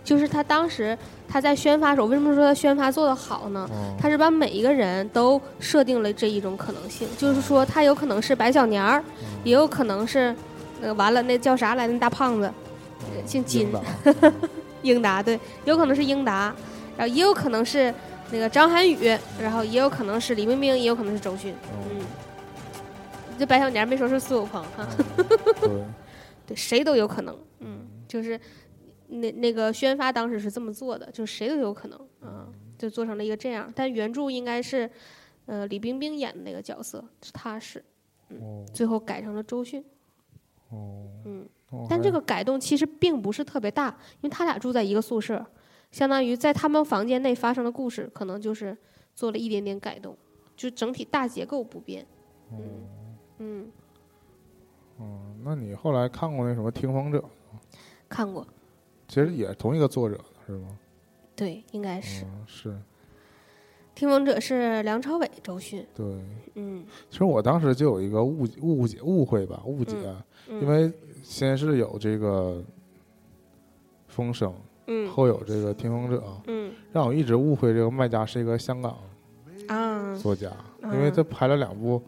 Speaker 1: 就是他当时他在宣发时候，为什么说他宣发做得好呢？
Speaker 2: 嗯
Speaker 1: 他是把每一个人都设定了这一种可能性，就是说他有可能是白小年儿，
Speaker 2: 嗯
Speaker 1: 也有可能是，呃，完了那叫啥来着？那大胖子
Speaker 2: 嗯
Speaker 1: 姓金
Speaker 2: 英达
Speaker 1: 英达，对，有可能是英达，然后也有可能是那个张涵予，然后也有可能是李冰冰，也有可能是周迅。
Speaker 2: 嗯
Speaker 1: 这白小年儿没说是苏有朋哈，
Speaker 2: 对，
Speaker 1: 对，谁都有可能， 嗯，就是那那个宣发当时是这么做的，就是谁都有可能，嗯，就做成了一个这样。但原著应该是，呃，李冰冰演的那个角色，是她是
Speaker 2: 哦
Speaker 1: 最后改成了周迅，
Speaker 2: 哦，
Speaker 1: 嗯，
Speaker 2: 哦
Speaker 1: 但
Speaker 2: 还
Speaker 1: 这个改动其实并不是特别大，因为他俩住在一个宿舍，相当于在他们房间内发生的故事，可能就是做了一点点改动，就整体大结构不变，嗯嗯，
Speaker 2: 嗯，那你后来看过那什么《听风者》吗，
Speaker 1: 看过，
Speaker 2: 其实也同一个作者是吗？
Speaker 1: 对，应该是《
Speaker 2: 嗯，是
Speaker 1: 听风者》是梁朝伟、周迅，
Speaker 2: 对。
Speaker 1: 嗯
Speaker 2: 其实我当时就有一个误解误解误会吧，误解，
Speaker 1: 嗯
Speaker 2: 因为先是有这个风声，
Speaker 1: 嗯
Speaker 2: 后有这个《听风者》，
Speaker 1: 嗯
Speaker 2: 让我一直误会这个卖家是一个香港
Speaker 1: 啊，
Speaker 2: 作家，
Speaker 1: 嗯
Speaker 2: 因为他拍了两部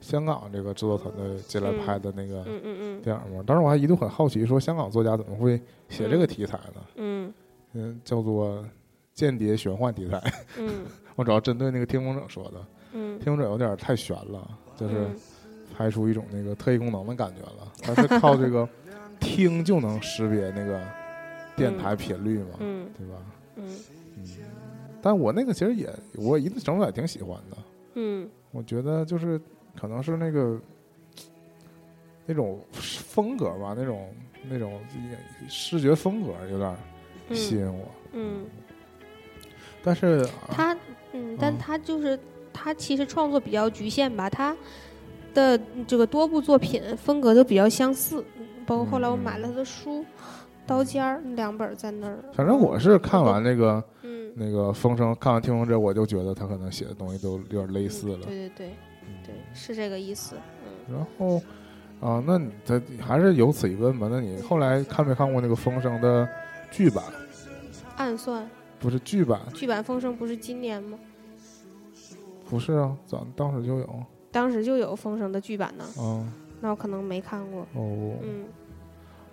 Speaker 2: 香港这个制作团队进来
Speaker 1: 嗯
Speaker 2: 拍的那个
Speaker 1: 嗯嗯嗯
Speaker 2: 电影嘛。当时我还一度很好奇，说香港作家怎么会写这个题材呢？
Speaker 1: 嗯
Speaker 2: 嗯，叫做间谍玄幻题材。
Speaker 1: 嗯
Speaker 2: 我主要针对那个《听风者》说的，《
Speaker 1: 嗯，
Speaker 2: 听风者》有点太悬了，就是
Speaker 1: 嗯
Speaker 2: 拍出一种那个特异功能的感觉了。它是靠这个听就能识别那个电台频率嘛，
Speaker 1: 嗯
Speaker 2: 对吧？
Speaker 1: 嗯
Speaker 2: 嗯。但我那个其实也，我一整体还挺喜欢的。
Speaker 1: 嗯
Speaker 2: 我觉得就是可能是那个那种风格吧，那种那种视觉风格有点吸
Speaker 1: 嗯
Speaker 2: 引我。
Speaker 1: 嗯，
Speaker 2: 但是啊
Speaker 1: 他嗯，但
Speaker 2: 嗯
Speaker 1: 他就是他其实创作比较局限吧，他的这个多部作品风格都比较相似，包括后来我买
Speaker 2: 嗯
Speaker 1: 了他的书《刀尖儿》两本儿在那儿。
Speaker 2: 反正我是看完那个
Speaker 1: 嗯，
Speaker 2: 那个风声，看完听风之后，我就觉得他可能写的东西都有点类似了。
Speaker 1: 对对对
Speaker 2: 嗯
Speaker 1: 对，是这个意思。嗯，
Speaker 2: 然后啊，那你他还是有此一问吧？那你后来看没看过那个风声的剧版？
Speaker 1: 暗算
Speaker 2: 不是剧版，
Speaker 1: 剧版《风声》不是今年吗？
Speaker 2: 不是啊，咱当时就有。
Speaker 1: 当时就有《风声》的剧版呢，
Speaker 2: 嗯
Speaker 1: 那我可能没看过。
Speaker 2: 哦，
Speaker 1: 嗯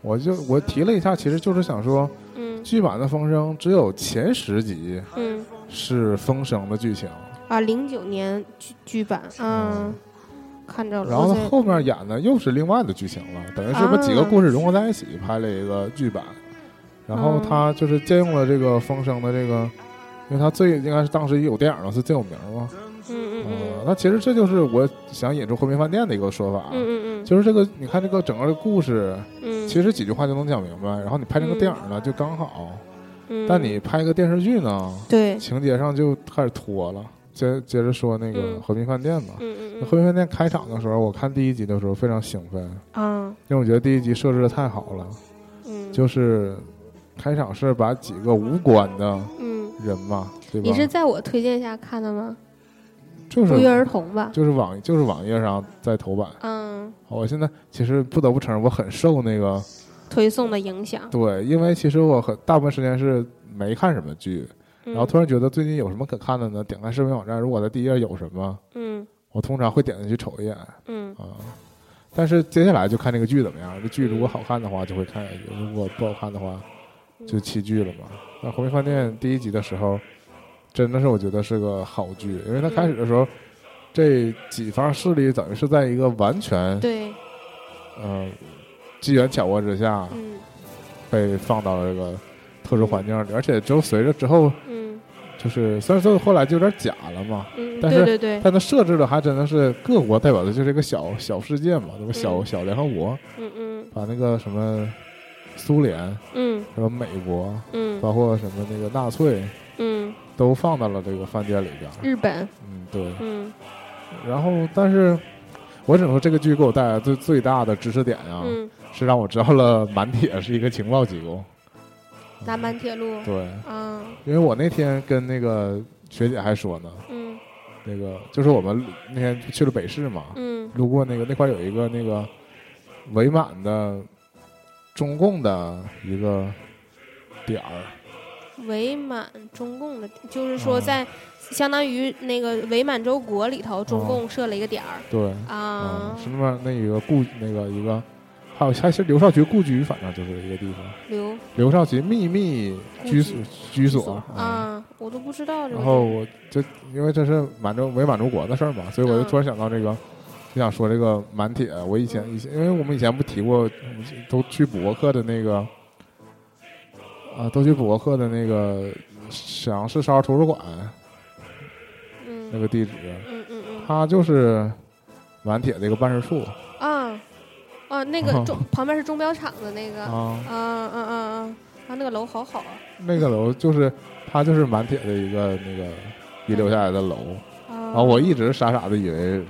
Speaker 2: 我就我提了一下，其实就是想说，
Speaker 1: 嗯
Speaker 2: 剧版的风声只有前十集
Speaker 1: 嗯
Speaker 2: 是风声的剧情，
Speaker 1: 啊，零九年剧剧版，嗯，看着了。
Speaker 2: 然后
Speaker 1: 嗯我在
Speaker 2: 后面演的又是另外的剧情了，等于是把几个
Speaker 1: 啊
Speaker 2: 故事融合在一起拍了一个剧版。然后
Speaker 1: 嗯
Speaker 2: 他就是借用了这个风声的这个，因为他最应该是当时有电影的是最有名嘛。
Speaker 1: 嗯
Speaker 2: 嗯，
Speaker 1: 嗯
Speaker 2: 那其实这就是我想引出回民饭店的一个说法
Speaker 1: 嗯，嗯嗯
Speaker 2: 就是这个你看这个整个的故事，
Speaker 1: 嗯，
Speaker 2: 其实几句话就能讲明白，然后你拍成个电影呢就刚好，
Speaker 1: 嗯
Speaker 2: 但你拍个电视剧呢，
Speaker 1: 对，
Speaker 2: 情节上就开始拖了。接接着说那个
Speaker 1: 嗯
Speaker 2: 和平饭店吧，
Speaker 1: 嗯嗯
Speaker 2: 和平饭店开场的时候，我看第一集的时候非常兴奋，
Speaker 1: 嗯啊
Speaker 2: 因为我觉得第一集设置的太好了，
Speaker 1: 嗯，
Speaker 2: 就是开场是把几个无关的
Speaker 1: 嗯，
Speaker 2: 人嘛，对吧？
Speaker 1: 你是在我推荐下看的吗？
Speaker 2: 就
Speaker 1: 不约而
Speaker 2: 是
Speaker 1: 同吧。
Speaker 2: 就是网就是网页上在头版，
Speaker 1: 嗯，
Speaker 2: 我现在其实不得不承认，我很受那个
Speaker 1: 推送的影响。
Speaker 2: 对，因为其实我很大部分时间是没看什么剧，
Speaker 1: 嗯、
Speaker 2: 然后突然觉得最近有什么可看的呢？点开视频网站，如果它第一页有什么，
Speaker 1: 嗯
Speaker 2: 我通常会点进去瞅一眼啊。
Speaker 1: 嗯
Speaker 2: 但是接下来就看这个剧怎么样，这剧如果好看的话就会看下去，如果不好看的话就弃剧了嘛。那《红梅饭店》第一集的时候，真的是我觉得是个好剧，因为它开始的时候，这几方势力等于是在一个完全
Speaker 1: 对，
Speaker 2: 呃机缘巧合之下
Speaker 1: 嗯
Speaker 2: 被放到了这个特殊环境里，而且之后随着之后
Speaker 1: 嗯
Speaker 2: 就是虽然说后来就有点假了嘛，
Speaker 1: 嗯，
Speaker 2: 但
Speaker 1: 对
Speaker 2: 是
Speaker 1: 对对，
Speaker 2: 但它设置的还真的是各国代表的就是一个小小世界嘛，那么小
Speaker 1: 嗯
Speaker 2: 小联合国，
Speaker 1: 嗯嗯
Speaker 2: 把那个什么苏联、
Speaker 1: 嗯
Speaker 2: 什么美国，
Speaker 1: 嗯
Speaker 2: 包括什么那个纳粹。
Speaker 1: 嗯，
Speaker 2: 都放到了这个饭店里边儿。
Speaker 1: 日本，
Speaker 2: 嗯，对。
Speaker 1: 嗯
Speaker 2: 然后，但是我只能说，这个剧给我带来最最大的知识点啊，
Speaker 1: 嗯，
Speaker 2: 是让我知道了满铁是一个情报机构。嗯
Speaker 1: 南满铁路，
Speaker 2: 对，
Speaker 1: 啊，
Speaker 2: 因为我那天跟那个学姐还说呢，
Speaker 1: 嗯
Speaker 2: 那个就是我们那天去了北市嘛，
Speaker 1: 嗯
Speaker 2: 路过那个那块有一个那个伪满的中共的一个点儿，
Speaker 1: 伪满中共的，就是
Speaker 2: 啊
Speaker 1: 说在相当于那个伪满洲国里头，中共设了一个点儿
Speaker 2: 对，啊、
Speaker 1: 啊
Speaker 2: 哦是，那么那一个故那个一个，还有还是刘少奇故居，反正就是一个地方。
Speaker 1: 刘
Speaker 2: 刘少奇秘密居所
Speaker 1: 故
Speaker 2: 居所啊。
Speaker 1: 啊，我都不知道这个
Speaker 2: 然
Speaker 1: 地
Speaker 2: 后
Speaker 1: 儿，
Speaker 2: 我就因为这是满洲伪满洲国的事儿嘛，所以我就
Speaker 1: 嗯
Speaker 2: 突然想到这个，就想说这个满铁。我以前以前，因为我们以前不提过，我们都去博客的那个，啊，都去博客的那个沈阳市少儿图书馆那
Speaker 1: 嗯
Speaker 2: 个地址，
Speaker 1: 嗯嗯嗯
Speaker 2: 它就是满铁的一个办事处
Speaker 1: 啊啊，那个
Speaker 2: 啊
Speaker 1: 中旁边是钟表厂的那个，啊
Speaker 2: 啊。
Speaker 1: 啊啊啊啊，那个楼好好啊，
Speaker 2: 那个楼就是它就是满铁的一个那个遗留下来的楼，然
Speaker 1: 啊
Speaker 2: 后哦我一直傻傻的以为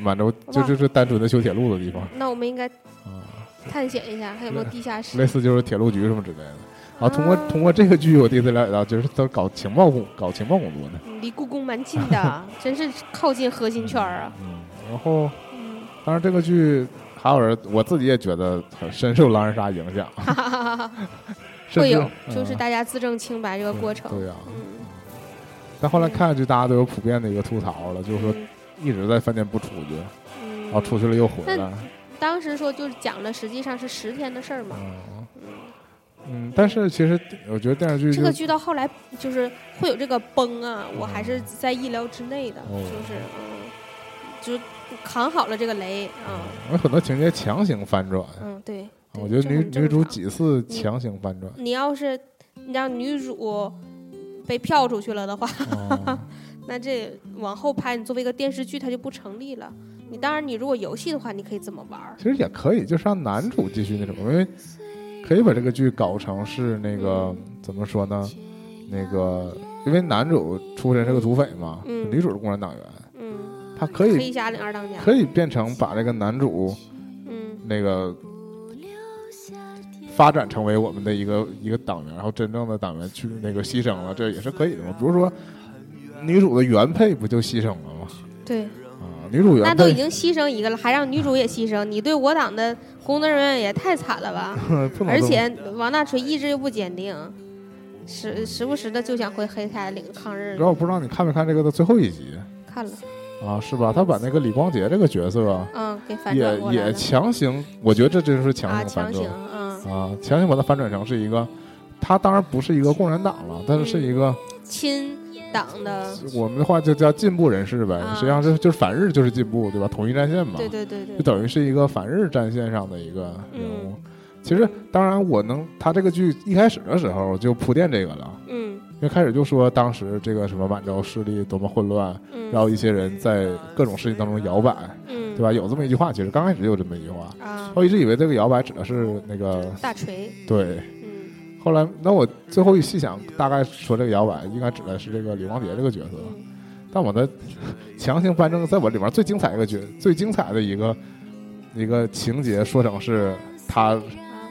Speaker 2: 满洲就
Speaker 1: 哇
Speaker 2: 就是单纯的修铁路的地方
Speaker 1: 那我们应该
Speaker 2: 啊，
Speaker 1: 探险一下，还有没有地下室
Speaker 2: 类？似就是铁路局什么之类的。啊，通过通过这个剧，我第一次了解到，就是他搞情报工搞情报工作呢。
Speaker 1: 嗯离故宫蛮近 的，真是靠近核心圈儿啊。
Speaker 2: 嗯，然后
Speaker 1: 嗯，
Speaker 2: 当然这个剧还有人我自己也觉得很深受狼人杀影响，
Speaker 1: 哈哈哈 哈，嗯
Speaker 2: 甚
Speaker 1: 会
Speaker 2: 至
Speaker 1: 有，就是
Speaker 2: 嗯
Speaker 1: 大家自证清白这个过程。
Speaker 2: 对呀、
Speaker 1: 嗯，
Speaker 2: 但后来看下去，大家都有普遍的一个吐槽了，就是说
Speaker 1: 嗯
Speaker 2: 一直在饭店不出去，
Speaker 1: 嗯
Speaker 2: 然后出去了又回来。
Speaker 1: 当时说就是讲的实际上是十天的事儿嘛。
Speaker 2: 嗯
Speaker 1: 嗯，
Speaker 2: 嗯，但是其实我觉得电视剧
Speaker 1: 这
Speaker 2: 就
Speaker 1: 个剧到后来就是会有这个崩啊，我还是
Speaker 2: 嗯
Speaker 1: 在意料之内的，
Speaker 2: 哦
Speaker 1: 就是嗯，就扛好了这个雷啊。
Speaker 2: 有很多情节强行翻转，啊
Speaker 1: 嗯，对。对
Speaker 2: 哦我觉得
Speaker 1: 这
Speaker 2: 女
Speaker 1: 很正
Speaker 2: 女主
Speaker 1: 常，
Speaker 2: 几次强行翻转
Speaker 1: 你要是你让女主被票出去了的话，
Speaker 2: 哦
Speaker 1: 那这往后拍，你作为一个电视剧，它就不成立了。你当然，你如果游戏的话，你可以这么玩儿
Speaker 2: 其实也可以，就是让男主继续那什么，因为可以把这个剧搞成是那个怎么说呢？那个因为男主出身是个土匪嘛，
Speaker 1: 嗯
Speaker 2: 女主是共产党员，
Speaker 1: 嗯，
Speaker 2: 他可以
Speaker 1: 黑侠领二当家，
Speaker 2: 可以变
Speaker 1: 啊
Speaker 2: 成把这个男主
Speaker 1: 嗯
Speaker 2: 那个发展成为我们的一个一个党员，然后真正的党员去那个牺牲了，这也是可以的嘛。比如说女主的原配不就牺牲了吗？
Speaker 1: 对，
Speaker 2: 啊，女主
Speaker 1: 那
Speaker 2: 原
Speaker 1: 都已
Speaker 2: 配
Speaker 1: 经牺牲一个了，还让女主也牺牲，你对我党的工作人员也太惨了 吧！
Speaker 2: 不能
Speaker 1: 而
Speaker 2: 这么
Speaker 1: 且王大锤意志又不坚定，时时不时的就想回黑侠领抗日
Speaker 2: 然。后我不知道你看没看这个的最后一集
Speaker 1: 看了，
Speaker 2: 啊，是吧？他把那个李光洁这个角色啊，
Speaker 1: 嗯，给反转
Speaker 2: 也
Speaker 1: 过来
Speaker 2: 也
Speaker 1: 了
Speaker 2: 强行，我觉得这真是强
Speaker 1: 啊，
Speaker 2: 行
Speaker 1: 强
Speaker 2: 反
Speaker 1: 行，
Speaker 2: 转
Speaker 1: 嗯，
Speaker 2: 啊，强行把它反转成是一个，他当然不是一个共产党了，但是是一个
Speaker 1: 嗯亲党的，
Speaker 2: 我们的话就叫进步人士呗，
Speaker 1: 啊
Speaker 2: 实际上这就是反日就是进步，对吧？统一战线嘛，
Speaker 1: 对对对对
Speaker 2: 就，等于是一个反日战线上的一个人物。
Speaker 1: 嗯
Speaker 2: 其实，当然我能，他这个剧一开始的时候就铺垫这个了，
Speaker 1: 嗯
Speaker 2: 因为开始就说当时这个什么满洲势力多么混乱，
Speaker 1: 嗯，
Speaker 2: 然后一些人在各种事情当中摇摆，
Speaker 1: 嗯，
Speaker 2: 对吧？有这么一句话，其实刚开始就有这么一句话，
Speaker 1: 啊，
Speaker 2: 我一直以为这个摇摆指的是那个
Speaker 1: 大锤，
Speaker 2: 对。
Speaker 1: 嗯
Speaker 2: 后来，那我最后一细想，大概说这个摇摆应该指的是这个李光洁这个角色，
Speaker 1: 嗯
Speaker 2: 但我的 强行扳正，在我里面最精彩一个角，最精彩的一个一个情节，说成是他
Speaker 1: 啊，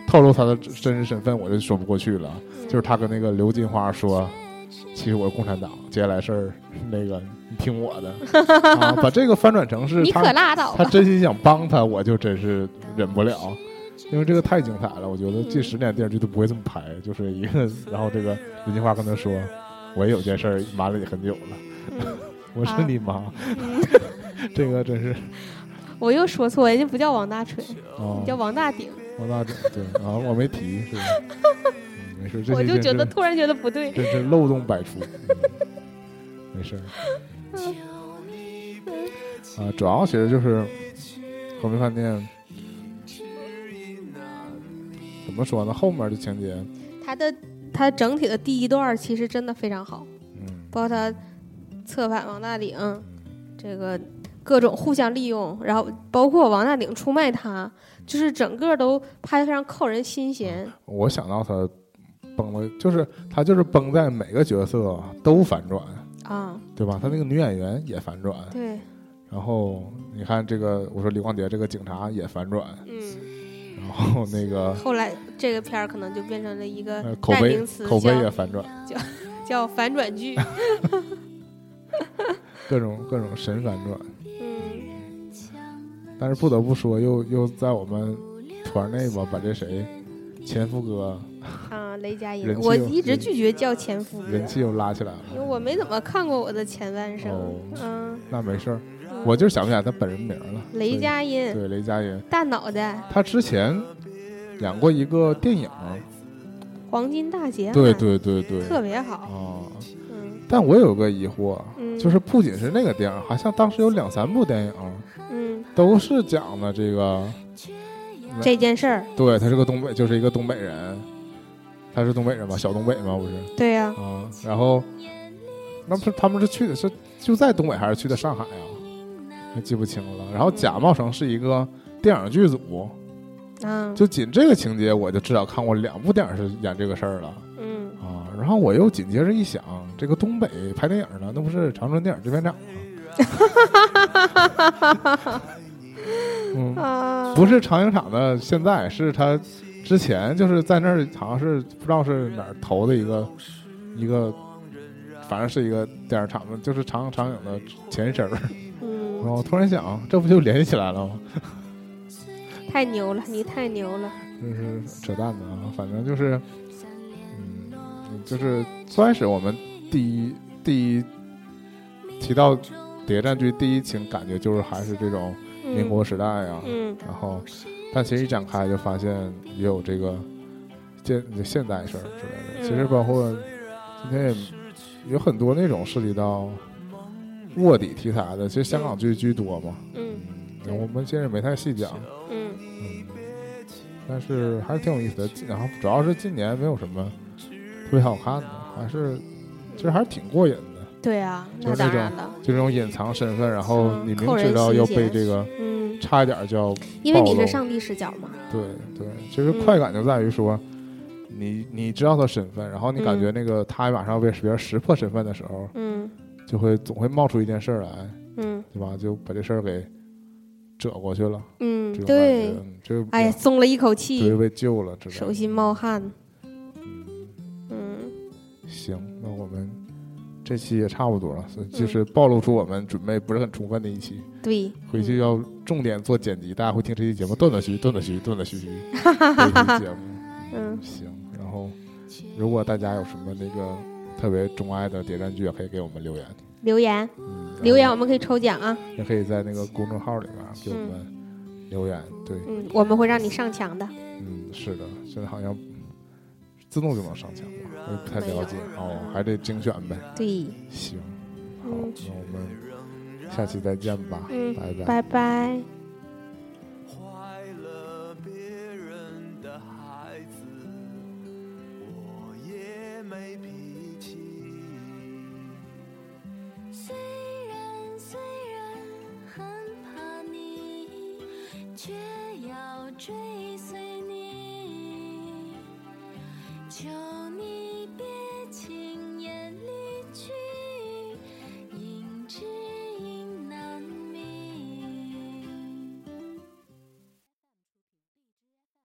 Speaker 2: 透露他的真实身份，我就说不过去了。
Speaker 1: 嗯
Speaker 2: 就是他跟那个刘金花说，其实我是共产党，接下来事儿那个你听我的， 啊、把这个翻转成是
Speaker 1: 你可
Speaker 2: 他
Speaker 1: 拉倒
Speaker 2: 他
Speaker 1: 吧，
Speaker 2: 真心想帮他，我就真是忍不了，因为这个太精彩了。我觉得
Speaker 1: 嗯
Speaker 2: 近十年电视剧都不会这么拍，就是一个，然后这个刘金花跟他说，我也有件事儿瞒了你很久了。
Speaker 1: 嗯
Speaker 2: 我是你妈，
Speaker 1: 嗯
Speaker 2: 这个真是
Speaker 1: 我又说错，人家不叫王大锤，
Speaker 2: 哦
Speaker 1: 叫王大顶，
Speaker 2: 王大整，对啊，我没提 是吧？嗯没事，这
Speaker 1: 我
Speaker 2: 些
Speaker 1: 就
Speaker 2: 真
Speaker 1: 觉得
Speaker 2: 是
Speaker 1: 突然觉得不对。
Speaker 2: 真是漏洞百出，嗯没事儿
Speaker 1: 嗯
Speaker 2: 啊，主要其实就是和平饭店怎么说呢？后面的情节，
Speaker 1: 它的它整体的第一段其实真的非常好，
Speaker 2: 嗯，
Speaker 1: 包括它策反王大领，
Speaker 2: 嗯
Speaker 1: 这个各种互相利用，然后包括王大领出卖他，就是整个都拍得非常扣人心弦。
Speaker 2: 我想到他崩了，就是他就是崩在每个角色都反转，
Speaker 1: 啊，
Speaker 2: 对吧？他那个女演员也反转，
Speaker 1: 对，
Speaker 2: 然后你看这个，我说李光洁这个警察也反转，
Speaker 1: 嗯，
Speaker 2: 然后那个
Speaker 1: 后来这个片儿可能就变成了一个
Speaker 2: 呃口
Speaker 1: 代
Speaker 2: 碑
Speaker 1: 名词，
Speaker 2: 口碑也
Speaker 1: 叫
Speaker 2: 反转，
Speaker 1: 叫反转 剧。
Speaker 2: 各种各种神反转。
Speaker 1: 嗯，
Speaker 2: 但是不得不说，又又在我们团内吧，把这谁前夫哥
Speaker 1: 啊，雷佳音
Speaker 2: 人，气
Speaker 1: 我
Speaker 2: 又
Speaker 1: 一直
Speaker 2: 人
Speaker 1: 拒绝叫前夫哥，
Speaker 2: 人气又拉起来
Speaker 1: 因为
Speaker 2: 了。
Speaker 1: 我没怎么看过我的前半生。嗯，
Speaker 2: 那没事儿，
Speaker 1: 嗯
Speaker 2: 我就是想不起来他本人名了。
Speaker 1: 雷佳
Speaker 2: 对
Speaker 1: 音
Speaker 2: 对雷佳音，
Speaker 1: 大脑袋，
Speaker 2: 他之前演过一个电影，
Speaker 1: 黄金大啊劫案，
Speaker 2: 对对对对，
Speaker 1: 嗯特别好。
Speaker 2: 啊。
Speaker 1: 嗯
Speaker 2: 但我有个疑惑，
Speaker 1: 嗯，
Speaker 2: 就是不仅是那个电影，好像当时有两三部电影
Speaker 1: 嗯
Speaker 2: 都是讲的这个，
Speaker 1: 这件事儿，
Speaker 2: 对他是个东北，就是一个东北人，他是东北人吧，小东北嘛，不是？
Speaker 1: 对呀、
Speaker 2: 啊，然后那不是他们是去的是就在东北还是去的上海啊？还记不清了。然后假冒成是一个电影剧组，
Speaker 1: 啊，
Speaker 2: 就仅这个情节我就至少看过两部电影是演这个事儿了
Speaker 1: 嗯
Speaker 2: 啊。然后我又紧接着一想，这个东北拍电影呢，那不是长春电影制片厂吗？嗯，
Speaker 1: 啊，
Speaker 2: 不是长影厂的，现在是他之前就是在那儿，好像是不知道是哪儿投的一个一个，反正是一个电影厂子，就是长长影的前身儿。然
Speaker 1: 嗯，
Speaker 2: 后突然想，这不就联系起来了吗？
Speaker 1: 太牛了，你太牛了，
Speaker 2: 就是扯淡的啊，反正就是，嗯，就是算是我们第一第一提到谍战剧第一情感觉就是还是这种
Speaker 1: 嗯
Speaker 2: 民国时代啊，
Speaker 1: 嗯
Speaker 2: 然后，但其实一展开就发现也有这个现现代事儿之类的。
Speaker 1: 嗯
Speaker 2: 其实包括今天也有很多那种涉及到卧底题材的，其实香港剧居多嘛。
Speaker 1: 嗯对
Speaker 2: 我们现在没太细讲，
Speaker 1: 嗯
Speaker 2: 嗯，但是还是挺有意思的。然后主要是今年没有什么特别好看的，还是其实还是挺过瘾的，
Speaker 1: 对啊，
Speaker 2: 就
Speaker 1: 那
Speaker 2: 是
Speaker 1: 当
Speaker 2: 那
Speaker 1: 然
Speaker 2: 种
Speaker 1: 了，
Speaker 2: 就这种隐藏身份，然后
Speaker 1: 嗯
Speaker 2: 你明
Speaker 1: 扣人
Speaker 2: 知道
Speaker 1: 心
Speaker 2: 要
Speaker 1: 弦
Speaker 2: 被这个
Speaker 1: 嗯，
Speaker 2: 差一点儿就要
Speaker 1: 因为你
Speaker 2: 暴露
Speaker 1: 是上帝视角嘛，
Speaker 2: 对对，其实
Speaker 1: 嗯
Speaker 2: 快感就在于说，你你知道他身份，然后你感觉那个他马上要被别人识破身份的时候，
Speaker 1: 嗯
Speaker 2: 就会总会冒出一件事儿来，
Speaker 1: 嗯
Speaker 2: 对吧？就把这事儿给遮过去了，这
Speaker 1: 嗯，
Speaker 2: 种
Speaker 1: 对
Speaker 2: 感觉，，嗯就
Speaker 1: 哎呀，松了一口
Speaker 2: 对
Speaker 1: 气，
Speaker 2: 被救了，知道
Speaker 1: 手。心冒汗，
Speaker 2: 嗯，
Speaker 1: 嗯
Speaker 2: 行，那我们这期也差不多了，所
Speaker 1: 嗯
Speaker 2: 以就是暴露出我们准备不是很充分的一期，
Speaker 1: 对，
Speaker 2: 回去
Speaker 1: 嗯
Speaker 2: 要重点做剪辑，大家会听这期节目断断续续、断断续续、断断续续这一期节目。
Speaker 1: 嗯
Speaker 2: 行。然后，如果大家有什么那个特别钟爱的谍战剧，也啊可以给我们留言。
Speaker 1: 留言
Speaker 2: 嗯，
Speaker 1: 留言我们可以抽奖啊，
Speaker 2: 也可以在那个公众号里面给我们留言。对，
Speaker 1: 嗯，我们会让你上墙的，
Speaker 2: 嗯，是的，现在好像自动就能上墙吧，我也不太了解哦，还得精选呗。
Speaker 1: 对，
Speaker 2: 行，好，
Speaker 1: 嗯
Speaker 2: 那我们下期再见吧，
Speaker 1: 嗯
Speaker 2: 拜拜。
Speaker 1: 拜拜。
Speaker 3: 坏了别人的孩子，我也没脾气。
Speaker 4: 虽然虽然很怕你，却要追随你。就